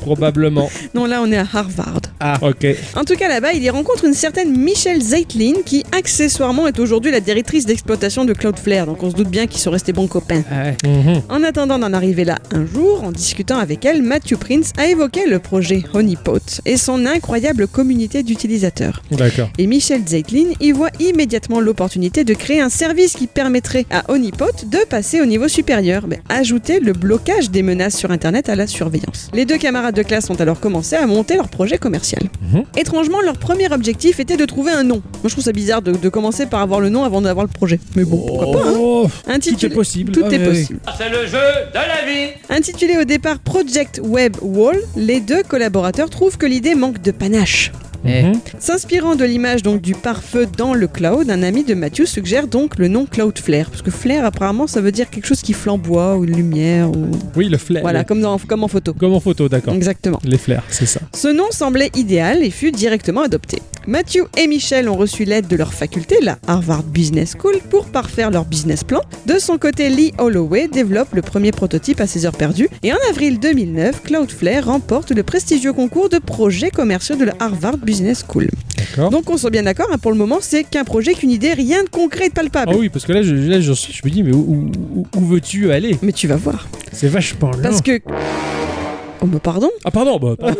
Probablement. Non, là, on est à Harvard. Ok. En tout cas, là-bas, il y rencontre une certaine Michelle Zeitlin qui, accessoirement, est aujourd'hui la directrice d'exploitation de Cloudflare. Donc, on se doute bien qu'ils sont restés bons copains. Ah ouais. Mhm. En attendant d'en arriver là un jour, en discutant avec elle, Matthew Prince a évoqué le projet Honeypot et son incroyable communauté d'utilisateurs. D'accord. Et Michel Zeitlin y voit immédiatement l'opportunité de créer un service qui permettrait à Honeypot de passer au niveau supérieur, mais ajouter le blocage des menaces sur Internet à la surveillance. Les deux camarades de classe ont alors commencé à monter leur projet commercial. Mhm. Étrangement, leur premier objectif était de trouver un nom. Moi, je trouve ça bizarre de, de commencer par avoir le nom avant d'avoir le projet. Mais bon, pourquoi pas Oh, un tout est titre- possible. tout Ah, est oui, oui. possible. C'est le jeu de la vie. Intitulé au départ Project Web Wall, les deux collaborateurs trouvent que l'idée manque de panache. Eh, Mhm. S'inspirant de l'image donc du pare-feu dans le cloud, un ami de Mathieu suggère donc le nom Cloudflare, parce que flair apparemment ça veut dire quelque chose qui flamboie ou une lumière ou Oui, le flair. voilà comme dans comme en photo. Comme en photo, Euh, d'accord. Exactement. Les flairs, c'est ça. Ce nom semblait idéal et fut directement adopté. Matthew et Michel ont reçu l'aide de leur faculté, la Harvard Business School, pour parfaire leur business plan. De son côté, Lee Holloway développe le premier prototype à ses heures perdues. Et en avril 2009, Cloudflare remporte le prestigieux concours de projets commerciaux de la Harvard Business School. D'accord. Donc on soit bien d'accord, hein, pour le moment, c'est qu'un projet, qu'une idée, rien de concret et de palpable. Ah oui, parce que là, je, là, je, je me dis, mais où, où- où veux-tu aller Mais tu vas voir. C'est vachement lent. Parce que... Oh, bah pardon Ah pardon, bah, (laughs) pardon.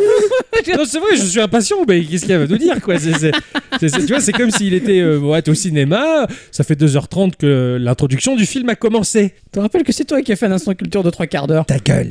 non c'est vrai, je suis impatient, mais qu'est-ce qu'il va nous dire quoi C'est- c'est- c'est- c'est- Tu vois, c'est comme s'il était euh, ouais, t'es au cinéma, ça fait 2h30 que l'introduction du film a commencé. te rappelles que c'est toi qui as fait un instant culture de trois quarts d'heure. Ta gueule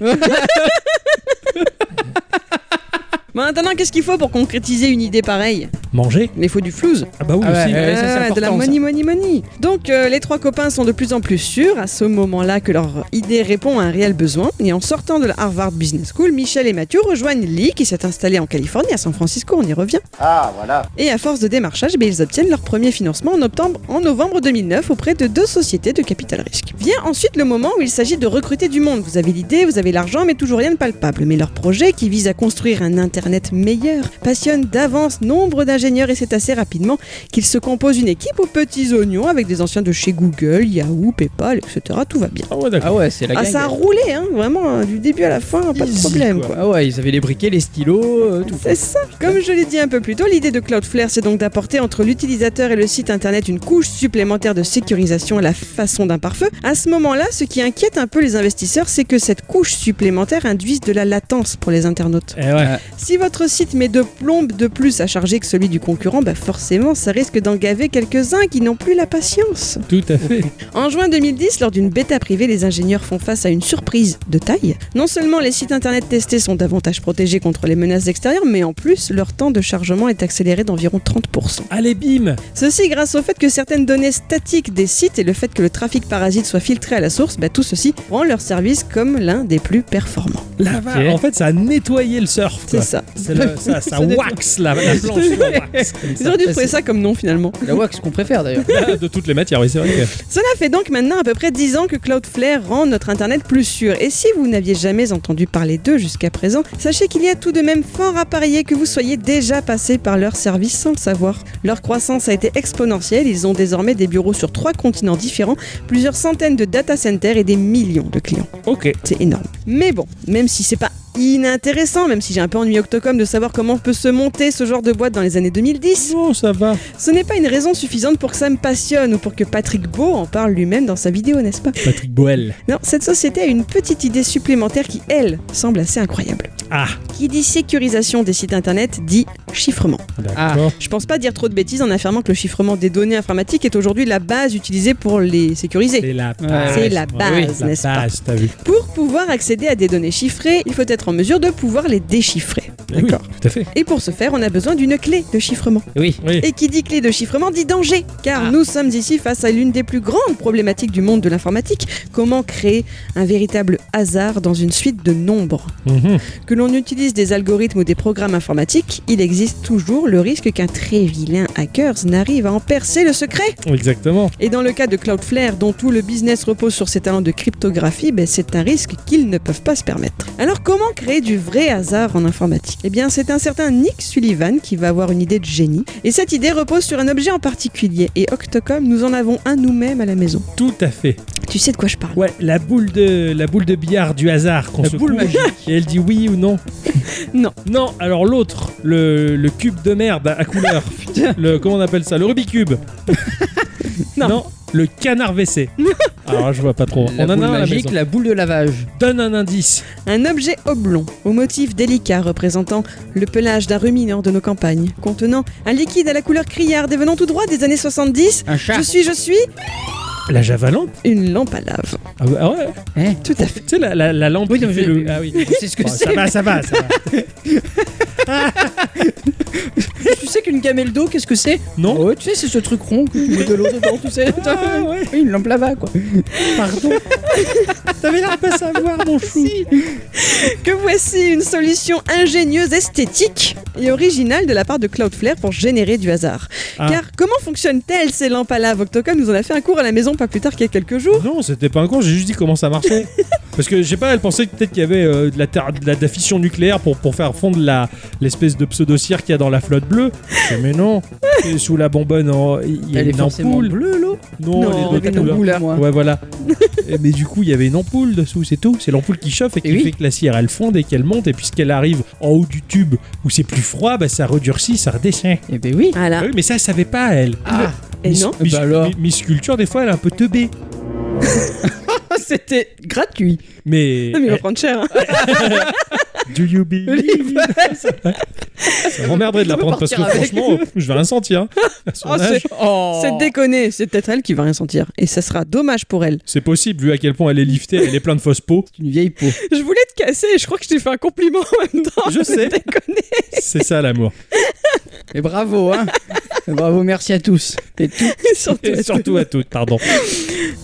Maintenant, qu'est-ce qu'il faut pour concrétiser une idée pareille Manger Mais il faut du flouze. Ah bah oui Ah ouais, aussi. ouais. Ouais, ça, c'est ouais, Euh, de la important, ça. money, money, money. Donc, euh, les trois copains sont de plus en plus sûrs à ce moment-là que leur idée répond à un réel besoin. Et en sortant de la Harvard Business School, Michel et Mathieu rejoignent Lee qui s'est installé en Californie, à San Francisco, on y revient. Ah, voilà. Et à force de démarchage, ben, ils obtiennent leur premier financement en, octobre, en novembre 2009 auprès de deux sociétés de capital risque. Vient ensuite le moment où il s'agit de recruter du monde. Vous avez l'idée, vous avez l'argent, mais toujours rien de palpable. Mais leur projet, qui vise à construire un Internet meilleur, passionne d'avance nombre d'ingénieurs et c'est assez rapidement qu'ils se composent une équipe aux petits oignons avec des anciens de chez Google, Yahoo, PayPal, etc. Tout va bien. Ah ouais d'accord. Ah ouais, c'est la Ah, gang. ça a roulé, hein, vraiment, hein, du début à la fin, pas de Easy, problème, quoi. Ah ouais, ils avaient les briquets, les stylos, euh, tout. C'est ça. Comme je l'ai dit un peu plus tôt, l'idée de Cloudflare, c'est donc d'apporter entre l'utilisateur et le site internet une couche supplémentaire de sécurisation à la façon d'un pare-feu. À ce moment-là, ce qui inquiète un peu les investisseurs, c'est que cette couche supplémentaire induise de la latence pour les internautes. Ah Eh ouais. Si votre site met deux plombes de plus à charger que celui du concurrent, bah forcément, ça risque d'engaver quelques-uns qui n'ont plus la patience. Tout à fait. En juin 2010, lors d'une bêta privée, les ingénieurs font face à une surprise de taille. Non seulement les sites internet testés sont davantage protégés contre les menaces extérieures, mais en plus, leur temps de chargement est accéléré d'environ 30%. Allez bim Ceci grâce au fait que certaines données statiques des sites et le fait que le trafic parasite soit filtré à la source, bah, tout ceci rend leur service comme l'un des plus performants. La vache. En fait ça a nettoyé le surf. C'est quoi. ça. C'est le- (laughs) ça, ça C'est wax la, la planche. la wax, comme Ils ça. auraient dû ça, trouver c'est- ça comme nom finalement. La wax qu'on préfère d'ailleurs. Ah, De toutes les matières, oui c'est vrai. que- Cela fait donc maintenant à peu près 10 ans que Cloudflare rend notre Internet plus sûr. Et si vous n'aviez jamais entendu parler d'eux jusqu'à présent, sachez qu'il y a tout de même fort à parier que vous soyez déjà passé par leur service sans le savoir. Leur croissance a été exponentielle, ils ont désormais des bureaux sur trois continents différents, plusieurs centaines de data centers et des millions de clients. Ok. C'est énorme. Mais bon, même si c'est pas inintéressant, même si j'ai un peu ennuyé Octocom de savoir comment peut se monter ce genre de boîte dans les années 2010, Bon Oh, ça va. ce n'est pas une raison suffisante pour que ça me passionne ou pour que Patrick Beau en parle lui-même dans sa vidéo, n'est-ce pas Patrick Boel. Non, cette société a une petite idée supplémentaire qui, elle, semble assez incroyable. Ah, Qui dit sécurisation des sites internet dit chiffrement. d'accord. Je pense pas dire trop de bêtises en affirmant que le chiffrement des données informatiques est aujourd'hui la base utilisée pour les sécuriser. C'est la Ouais, base. C'est la base, la n'est-ce pas base, t'as vu. Pour pouvoir accéder à des données chiffrées, il faut être en mesure de pouvoir les déchiffrer. Eh oui, tout à fait. Et pour ce faire, on a besoin d'une clé de chiffrement. Oui. (laughs) Oui. Et qui dit clé de chiffrement dit danger, car nous sommes ici face à l'une des plus grandes problématiques du monde de l'informatique. Comment créer un véritable hasard dans une suite de nombres Mhm. Que l'on utilise des algorithmes ou des programmes informatiques, il existe toujours le risque qu'un très vilain hacker n'arrive à en percer le secret. Exactement. Et dans le cas de Cloudflare, dont tout le business repose sur ses talents de cryptographie, ben, c'est un risque qu'ils ne peuvent pas se permettre. Alors comment créer du vrai hasard en informatique Eh bien c'est un certain Nick Sullivan qui va avoir une idée de génie. Et cette idée repose sur un objet en particulier. Et Octocom, nous en avons un nous-mêmes à la maison. Tout à fait. Tu sais de quoi je parle Ouais, la boule de la boule de billard du hasard qu'on La se boule coupe, et elle dit oui ou non. Non. Non, alors l'autre, le, le cube de merde à (laughs) couleur. le comment on appelle ça Le Rubik's (laughs) cube. Non. le canard (laughs) WC. alors là, je vois pas trop. La on en boule a un à la magique, maison. la boule de lavage. Donne un indice. Un objet oblong, au motif délicat représentant le pelage d'un ruminant de nos campagnes, contenant un liquide à la couleur criarde et venant tout droit des années 70. Un chat. Je suis, je suis La javalante une lampe à lave. Ah ouais, ah ouais. Tout à fait. Tu sais la, la, la lampe Oui, qui non, fait je- le- Ah oui. C'est ce que Bon, c'est. ça va, ça va, ça va. Tu sais qu'une gamelle d'eau, qu'est-ce que c'est Non. Ouais, Oh, tu sais, c'est ce truc rond que tu mets de l'eau dedans, tu (laughs) sais. Ah ouais. Oui, une lampe lava, quoi. Pardon. T'avais l'air de pas savoir mon chou. Que voici une solution ingénieuse, esthétique et originale de la part de Cloudflare pour générer du hasard. Ah. Car comment fonctionnent-elles ces lampes à lave Octocom nous en a fait un cours à la maison pas plus tard qu'il y a quelques jours. Non, c'était pas un con, j'ai juste dit comment (laughs) ça marchait. Parce que je sais pas, elle pensait que peut-être qu'il y avait euh, de, la ter- de la de la fission nucléaire pour, pour faire fondre la l'espèce de pseudo-cire qu'il y a dans la flotte bleue. Je dis, mais non, Et sous la bonbonne, en- il y a Elle est une forcément ampoule. bleue, l'eau. Non, Non, elle est elle d'autres est couleurs. bleue, moi. (laughs) Ouais, voilà. Et- mais du coup, il y avait une ampoule dessous, c'est tout. C'est l'ampoule qui chauffe et qui Et oui. fait que la cire elle fonde et qu'elle monte. Et puisqu'elle arrive en haut du tube où c'est plus froid, bah, ça redurcit, ça redescend. Eh ben oui. Voilà. Ah oui, mais ça, elle savait pas elle. Ah. Et non Miss, Ah. Bah alors. Miss- Miss Culture, des fois, elle est un peu teubée. Ah, C'était gratuit. Mais. Ah, mais il va prendre cher. hein. Do you believe (laughs) Ça m'emmerderait de la Je peux prendre parce que partir avec. franchement, je vais rien sentir. hein, à son Oh, âge. c'est c'est déconné. C'est peut-être elle qui va rien sentir. Et ça sera dommage pour elle. C'est possible vu à quel point elle est liftée, elle est pleine de fausses peaux. C'est une vieille peau. Je voulais te casser et je crois que je t'ai fait un compliment en même temps. Je sais. (laughs) Déconné. C'est ça (laughs) l'amour. Et bravo, (laughs) hein. bravo, merci à tous. Et tout. Surtout à Et surtout à toutes, pardon.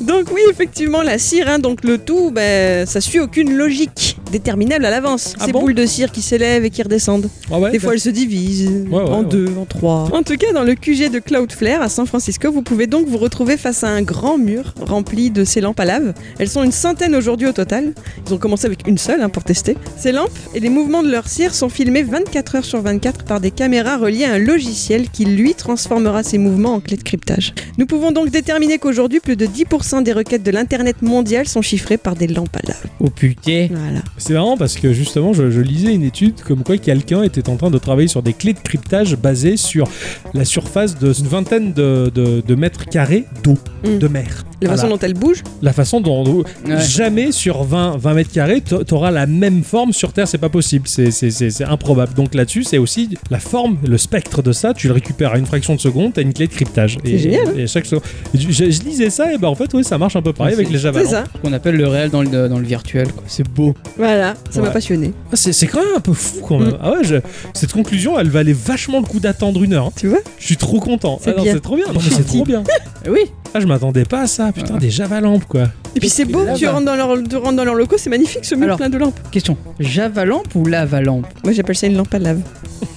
Donc oui, effectivement, la cire, hein, donc le tout, ben, ça suit aucune logique déterminable à l'avance. Ah Ces bon boules de cire qui s'élèvent et qui redescendent. Ah ouais, Des fois, elles se divisent Ouais, ouais, en ouais. deux, en trois. En tout cas, dans le QG de Cloudflare à San Francisco, vous pouvez donc vous retrouver face à un grand mur rempli de ces lampes à lave. Elles sont une centaine aujourd'hui au total. Ils ont commencé avec une seule hein, pour tester. Ces lampes et les mouvements de leur cire sont filmés 24 heures sur 24 par des caméras reliées à un logiciel qui, lui, transformera ces mouvements en clé de cryptage. Nous pouvons donc déterminer qu'aujourd'hui, plus de 10% des requêtes de l'Internet mondial sont chiffrées par des lampes à lave. Oh putain. Voilà. C'est marrant parce que justement, je, je lisais une étude comme quoi quelqu'un était en train de travailler sur des clés de cryptage basées sur la surface de une vingtaine de, de- de mètres carrés d'eau, Mm. de mer. La Voilà. façon dont elles bougent, La façon dont Ouais. jamais sur 20, 20 mètres carrés, t'a- t'auras la même forme sur Terre, c'est pas possible, c'est- c'est c'est- c'est improbable. Donc là-dessus, c'est aussi la forme, le spectre de ça, tu le récupères à une fraction de seconde, t'as une clé de cryptage. C'est génial, hein. Et, chaque seconde- et je, je- je lisais ça, et ben en fait, oui, ça marche un peu pareil C'est- avec les c'est javalants. ça. Ce qu'on appelle le réel dans le, dans le virtuel, quoi. C'est beau. Voilà, ça m'a Ouais. passionné. Ah, C'est c'est quand même un peu fou quand Mm. même. Ah ouais, je- cette conclusion, elle valait vachement le coup d'attendre une heure. hein. Tu vois Je suis trop content. C'est Ah non, bien. C'est trop bien. Non, mais c'est trop (laughs) bien. Eh oui. Ah, je m'attendais pas à ça. Putain, Ah. des javalampes quoi. Et puis c'est beau, Là-bas. tu rentres dans leur, tu rentres dans leur locaux, c'est magnifique ce mur Alors. plein de lampes. Question. Javalampe ou lavalampe Moi j'appelle ça une lampe à lave.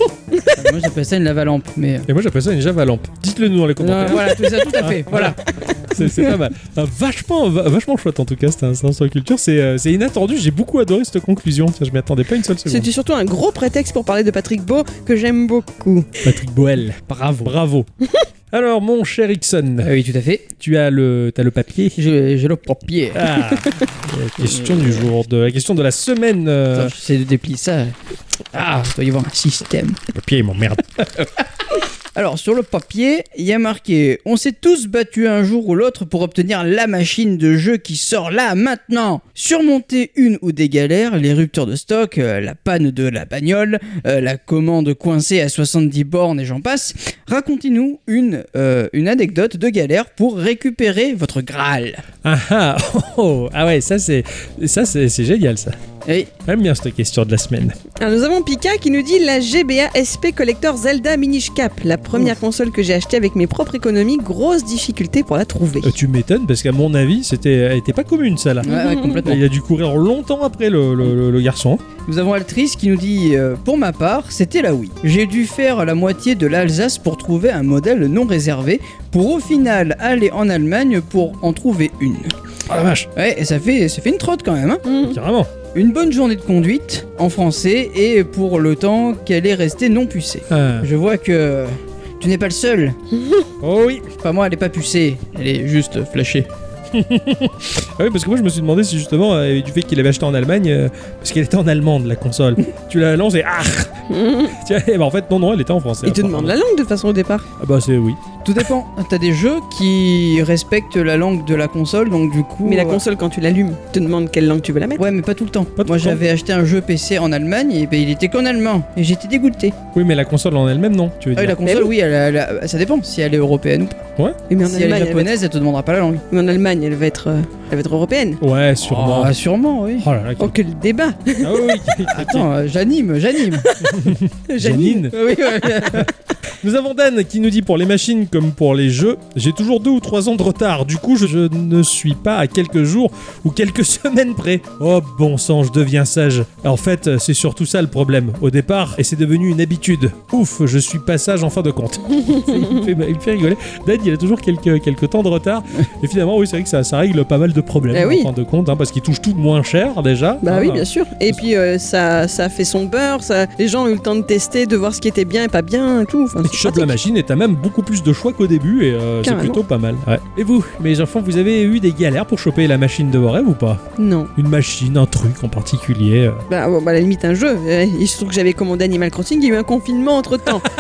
Enfin, Moi j'appelle ça une lavalampe, mais. Et moi, j'appelle ça une javalampe. Dites-le nous dans les Euh, commentaires. voilà, tout ça, tout à fait. Ah, Voilà. Ah, (laughs) C'est c'est pas mal. Ah, vachement, va- vachement chouette en tout cas, c'était un séance sur la culture. C'est euh, c'est inattendu, j'ai beaucoup adoré cette conclusion. Tiens, je m'y attendais pas une seule seconde. C'était surtout un gros prétexte pour parler de Patrick Beau que j'aime beaucoup. Patrick Boel, (laughs) bravo. Bravo. Alors, mon cher Ixon, Ah oui, tout à fait. tu as le, as le papier J'ai j'ai le papier. Ah, la question du jour, de, la question de la semaine. euh, Attends, J'essaie de déplier ça. Ah, il doit y avoir un système. le papier, il m'emmerde. Alors, sur le papier, il y a marqué On s'est tous battus un jour ou l'autre pour obtenir la machine de jeu qui sort là, maintenant Surmonter une ou des galères, les ruptures de stock, euh, la panne de la bagnole, euh, la commande coincée à 70 bornes et j'en passe. Racontez-nous une, euh, une anecdote de galère pour récupérer votre Graal. Ah ah, oh, oh. ah ouais, ça c'est ça c'est c'est génial ça. Et J'aime bien cette question de la semaine. Alors, nous avons Pika qui nous dit la GBA SP Collector Zelda Minish Cap, la première console que j'ai achetée avec mes propres économies, grosse difficulté pour la trouver. Euh, tu m'étonnes parce qu'à mon avis, c'était elle était pas commune ça là. Ouais, ouais, complètement. Il a dû courir longtemps après le, le- le- le garçon. Nous avons Altrice qui nous dit euh, Pour ma part, c'était la Wii. J'ai dû faire la moitié de l'Alsace pour trouver un modèle non réservé, pour au final aller en Allemagne pour en trouver une. Ah la vache, Ouais, et ça fait, ça fait une trotte quand même. hein. Mhm. carrément. une bonne journée de conduite en français et pour le temps qu'elle est restée non pucée. Ah. Je vois que tu n'es pas le seul. Oh oui. Pas moi, elle est pas pucée. Elle est juste flashée. Ah oui, parce que moi je me suis demandé si justement, euh, du fait qu'il avait acheté en Allemagne, euh, parce qu'elle était en allemande (laughs) la console, tu la lances et ah Tiens, eh ben, en fait, non, non, elle était en français. Il te demande la langue de façon au départ. Ah bah c'est oui. Tout dépend. T'as des jeux qui respectent la langue de la console, donc du coup. Mais la euh, console, quand tu l'allumes, te demande quelle langue tu veux la mettre. Ouais, mais pas tout le temps. Pas tout Moi, le temps. j'avais acheté un jeu PC en Allemagne et ben, il était qu'en allemand. Et j'étais dégoûté. Oui, mais la console en elle-même, non, tu veux Ah oui, dire. la console, oui, elle a- elle a- ça dépend si elle est européenne ou pas. Oui, mais, en Si elle est Allemagne, elle va être... japonaise, elle te demandera pas la langue. mais en Allemagne, elle va être, euh, elle va être européenne. Ouais, sûrement. Ah, sûrement, oui. Oh là là, Oh, que le débat quel- ah, oui, oui, quel- (laughs) Attends, euh, j'anime, j'anime. (laughs) Janine. oui, oui. Nous avons Dan qui nous dit pour les machines comme pour les jeux, j'ai toujours deux ou trois ans de retard. Du coup, je, je ne suis pas à quelques jours ou quelques (laughs) semaines près. Oh bon sang, je deviens sage. En fait, euh, c'est surtout ça le problème. Au départ, et c'est devenu une habitude. Ouf, je suis pas sage en fin de compte. (laughs) il, me fait, il me fait rigoler. Dan, il a toujours quelques, quelques temps de retard. Et finalement, oui, c'est vrai que ça, ça règle pas mal de problèmes Eh oui. en fin de compte, hein, parce qu'il touche tout moins cher déjà. Bah oui, Ah, bien sûr. Et puis euh, ça, ça fait son beurre. Ça... Les gens ont eu le temps de tester, de voir ce qui était bien et pas bien, et tout. Enfin, Et c'est tu chopes pratique. la machine et t'as même beaucoup plus de choix qu'au début et euh, c'est Carrément. plutôt pas mal. Ouais. Et vous, mes enfants, vous avez eu des galères pour choper la machine de vos rêves ou pas Non. Une machine, un truc en particulier euh. Bah, bon, bah, à la limite, un jeu. Euh, Il se trouve que j'avais commandé Animal Crossing, il y a eu un confinement entre temps. (laughs)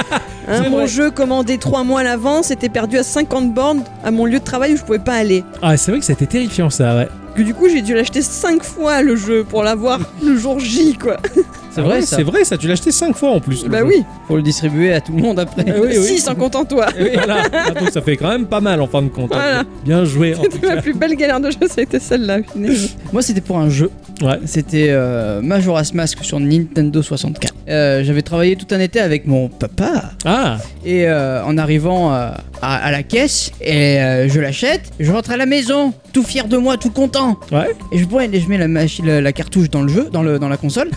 C'est un vrai. bon jeu commandé trois mois à l'avance était perdu à 50 bornes à mon lieu de travail où je pouvais pas aller. Ah, c'est vrai que c'était terrifiant ça, ouais. Que du coup, j'ai dû l'acheter cinq fois le jeu (laughs) pour l'avoir le jour J, quoi. C'est Ah vrai, ouais, ça. (laughs) C'est vrai, ça, tu l'as acheté 5 fois en plus. le bah jeu. oui. Faut le distribuer à tout le monde après. (laughs) Ah oui, oui. Si, sans compte en toi. Voilà, Ah, donc ça fait quand même pas mal en fin de compte. hein. Voilà. Bien joué. (laughs) en tout C'était cas. ma plus belle galère de jeu, ça a été celle-là. finalement. Moi, c'était pour un jeu. Ouais. C'était euh, Majora's Mask sur Nintendo 64. Euh, J'avais travaillé tout un été avec mon papa. Ah, Et euh, en arrivant euh, à, à la caisse, et euh, je l'achète, je rentre à la maison, tout fier de moi, tout content. Ouais. Et je prends et je mets la, machi- la, la cartouche dans le jeu, dans, le, dans la console.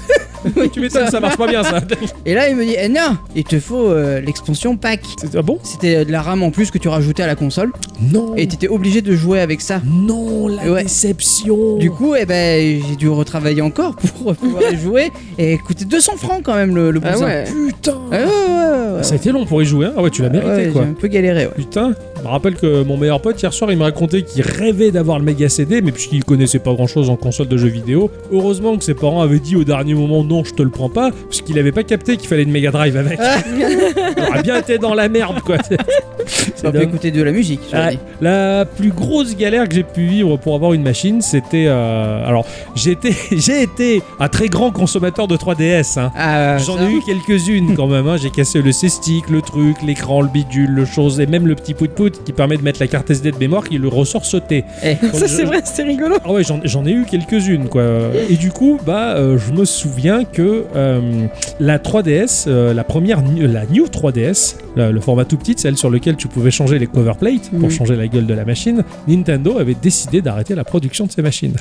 tu m'étonnes, ça marche pas bien ça. Et là, il me dit, eh non, il te faut euh, l'expansion pack. C'est- ah bon C'était euh, de la RAM en plus que tu rajoutais à la console. Non. Et t'étais obligé de jouer avec ça. Non, la Ouais. déception. Du coup, eh ben, j'ai dû retravailler encore (laughs) pour pouvoir y jouer. Et coûtait 200 francs quand même le, le Ah bousin. ouais. putain. Ah ouais, ouais, ouais, ouais. Ça a été long pour y jouer. hein. Ah ouais, tu l'as mérité Ouais, quoi. J'ai un peu galéré, ouais. Putain, je me rappelle que mon meilleur pote hier soir, il me racontait qu'il rêvait d'avoir le méga CD, mais puisqu'il connaissait pas grand chose en console de jeux vidéo, heureusement que ses parents avaient dit au dernier moment non, je te le prends pas, parce qu'il avait pas capté qu'il fallait une méga drive avec. (laughs) Il aurait bien été dans la merde quoi. C'est- Ça C'est peut dingue. écouter de la musique. cela Ouais. dit. La plus grosse galère que j'ai pu vivre pour avoir une machine, c'était euh, alors j'étais (laughs) j'ai été un très grand consommateur de 3DS. hein. Ah, J'en ça. ai eu quelques-unes quand même. hein. J'ai cassé le cestique, le truc, l'écran, le bidule, le chose et même le petit pout-pout qui permet de mettre la carte SD de mémoire qui le ressort sauter. Eh. Ça, c'est vrai, c'est rigolo. Ah ouais, j'en- j'en ai eu quelques-unes quoi. Et du coup, bah, euh, je me souviens que euh, la 3DS, euh, la première, new- la New 3DS, la- euh, le format tout petit, celle sur lequel tu pouvais changer les cover plates pour Mhm. changer la gueule de la machine, Nintendo avait décidé d'arrêter la production de ces machines.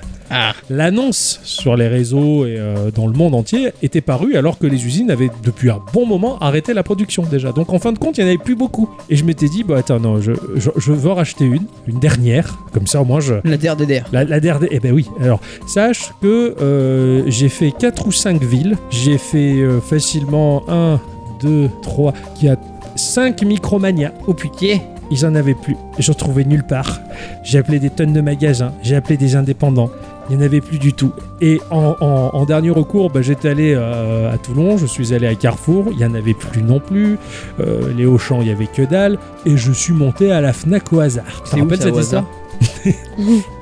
L'annonce sur les réseaux et euh, dans le monde entier était parue alors que les usines avaient depuis un bon moment arrêté la production déjà. Donc en fin de compte, il n'y en avait plus beaucoup. Et je m'étais dit, bah attends, non, je, je, je veux en racheter une, une dernière. Comme ça, au moins, je, La DRDDR. la, la DRD, eh ben oui. Alors, sache que euh, j'ai fait 4 ou 5 villes. J'ai fait euh, facilement 1, 2, 3, qui a 5 micromania. Oh putain. Ils en avaient plus. J'en trouvais nulle part. J'ai appelé des tonnes de magasins. J'ai appelé des indépendants. Il n'y en avait plus du tout. Et en, en- en dernier recours, bah, j'étais allé euh, à Toulon, je suis allé à Carrefour, il n'y en avait plus non plus. Euh, les Auchan, il n'y avait que dalle. Et je suis monté à la Fnac au hasard. Tu te C'est où, rappelles ça, cette au (laughs) histoire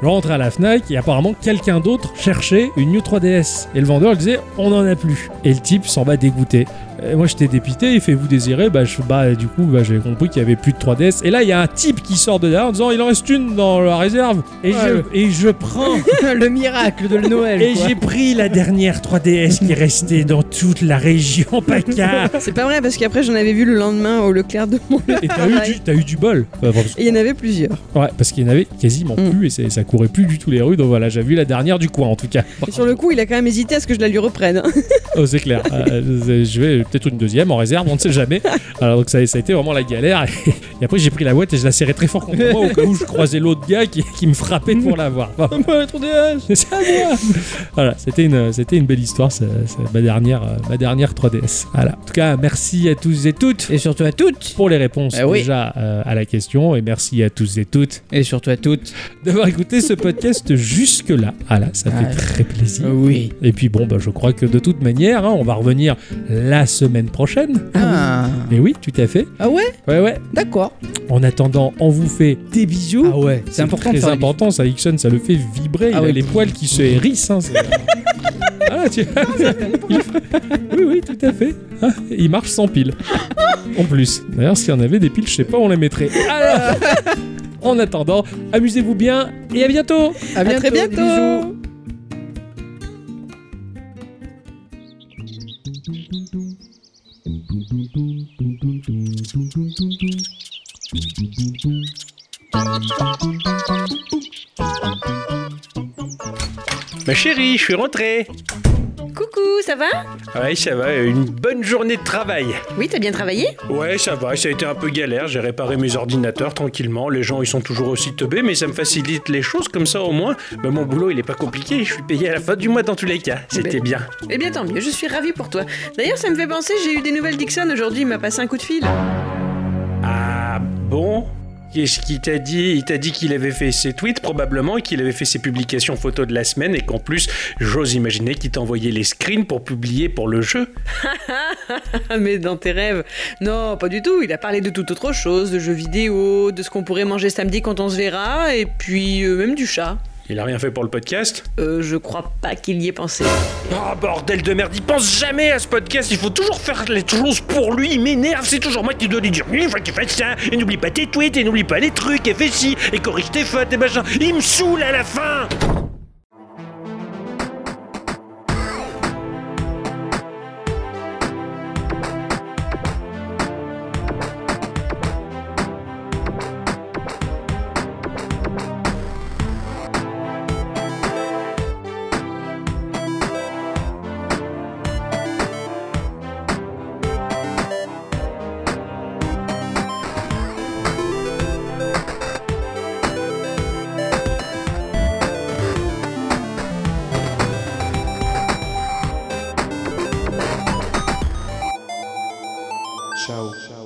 Je rentre à la Fnac et apparemment quelqu'un d'autre cherchait une New 3DS. Et le vendeur disait on n'en a plus. Et le type s'en va dégoûté. Et Euh, moi j'étais dépité, il fait vous désirez, bah, je, bah du coup bah, j'ai compris qu'il y avait plus de 3DS. Et là il y a un type qui sort de là en disant il en reste une dans la réserve. Et, Ouais. je, et je prends (laughs) le miracle de Noël. et quoi. j'ai pris la dernière 3DS qui restait dans toute la région (laughs) PACA. C'est pas vrai, parce qu'après, j'en avais vu le lendemain au Leclerc de Mont. Et t'as eu, du- t'as eu du bol. Enfin, parce- Ah Et il y en avait plusieurs. ouais, parce qu'il n'y en avait quasiment Mm. plus et c'est- ça courait plus du tout les rues. Donc voilà, j'ai vu la dernière du coin en tout cas. Et sur le coup, il a quand même hésité à ce que je la lui reprenne. hein. Oh, c'est clair. Euh, je vais peut-être une deuxième en réserve, on ne sait jamais. Alors, donc, ça, ça a été vraiment la galère. Et après, j'ai pris la boîte et je la serrais très fort contre moi au cas où je croisais l'autre gars qui, qui me frappait pour l'avoir. Enfin, c'est à moi. Voilà, c'était une, c'était une belle histoire, c'est, c'est ma, dernière, euh, ma dernière 3DS. Voilà. En tout cas, merci à tous et toutes Et surtout à toutes. pour les réponses Eh oui. déjà euh, à la question et merci à tous et toutes Et surtout à toutes. d'avoir écouté ce podcast jusque-là. Voilà, ça fait Ah. très plaisir. Oui. Et puis bon, bah, je crois que de toute manière, hein, on va revenir la semaine prochaine. Ah, Mais oui, tout à fait. Ah ouais Ouais, ouais. D'accord. En attendant, on vous fait des bisous. Ah ouais, c'est important de Très faire des important, ça, Ixon, ça le fait vibrer. Ah il a ouais. les poils qui se hérissent. hein, c'est- ah, tu... oui, oui, tout à fait. Ah, Il marche sans pile. En plus. D'ailleurs, s'il y en avait des piles, je sais pas, on les mettrait. Alors, en attendant, amusez-vous bien et à bientôt. À (laughs) À très bientôt, des bientôt. bisous. Ma chérie, je suis rentré. Coucou, ça va Ouais, ça va, une bonne journée de travail. Oui, t'as bien travaillé Ouais, ça va, ça a été un peu galère. J'ai réparé mes ordinateurs tranquillement. Les gens, ils sont toujours aussi teubés, mais ça me facilite les choses comme ça au moins. Bah, mon boulot, il est pas compliqué. Je suis payé à la fin du mois dans tous les cas. C'était Ben. bien. Eh bien tant mieux, je suis ravie pour toi. D'ailleurs, ça me fait penser, j'ai eu des nouvelles Dixon aujourd'hui, il m'a passé un coup de fil. (laughs) Ah bon Qu'est-ce qu'il t'a dit Il t'a dit qu'il avait fait ses tweets probablement et qu'il avait fait ses publications photos de la semaine et qu'en plus, j'ose imaginer qu'il t'envoyait les screens pour publier pour le jeu. Ah, mais dans tes rêves Non, pas du tout, il a parlé de toute autre chose, de jeux vidéo, de ce qu'on pourrait manger samedi quand on se verra, et puis euh, même du chat. Il a rien fait pour le podcast Euh, je crois pas qu'il y ait pensé. Oh bordel de merde, il pense jamais à ce podcast, il faut toujours faire les choses pour lui, il m'énerve, c'est toujours moi qui dois lui dire il faut que tu fasses ça, et n'oublie pas tes tweets, et n'oublie pas les trucs, et fais ci, et corrige tes fautes, et machin, il me saoule à la fin Ciao.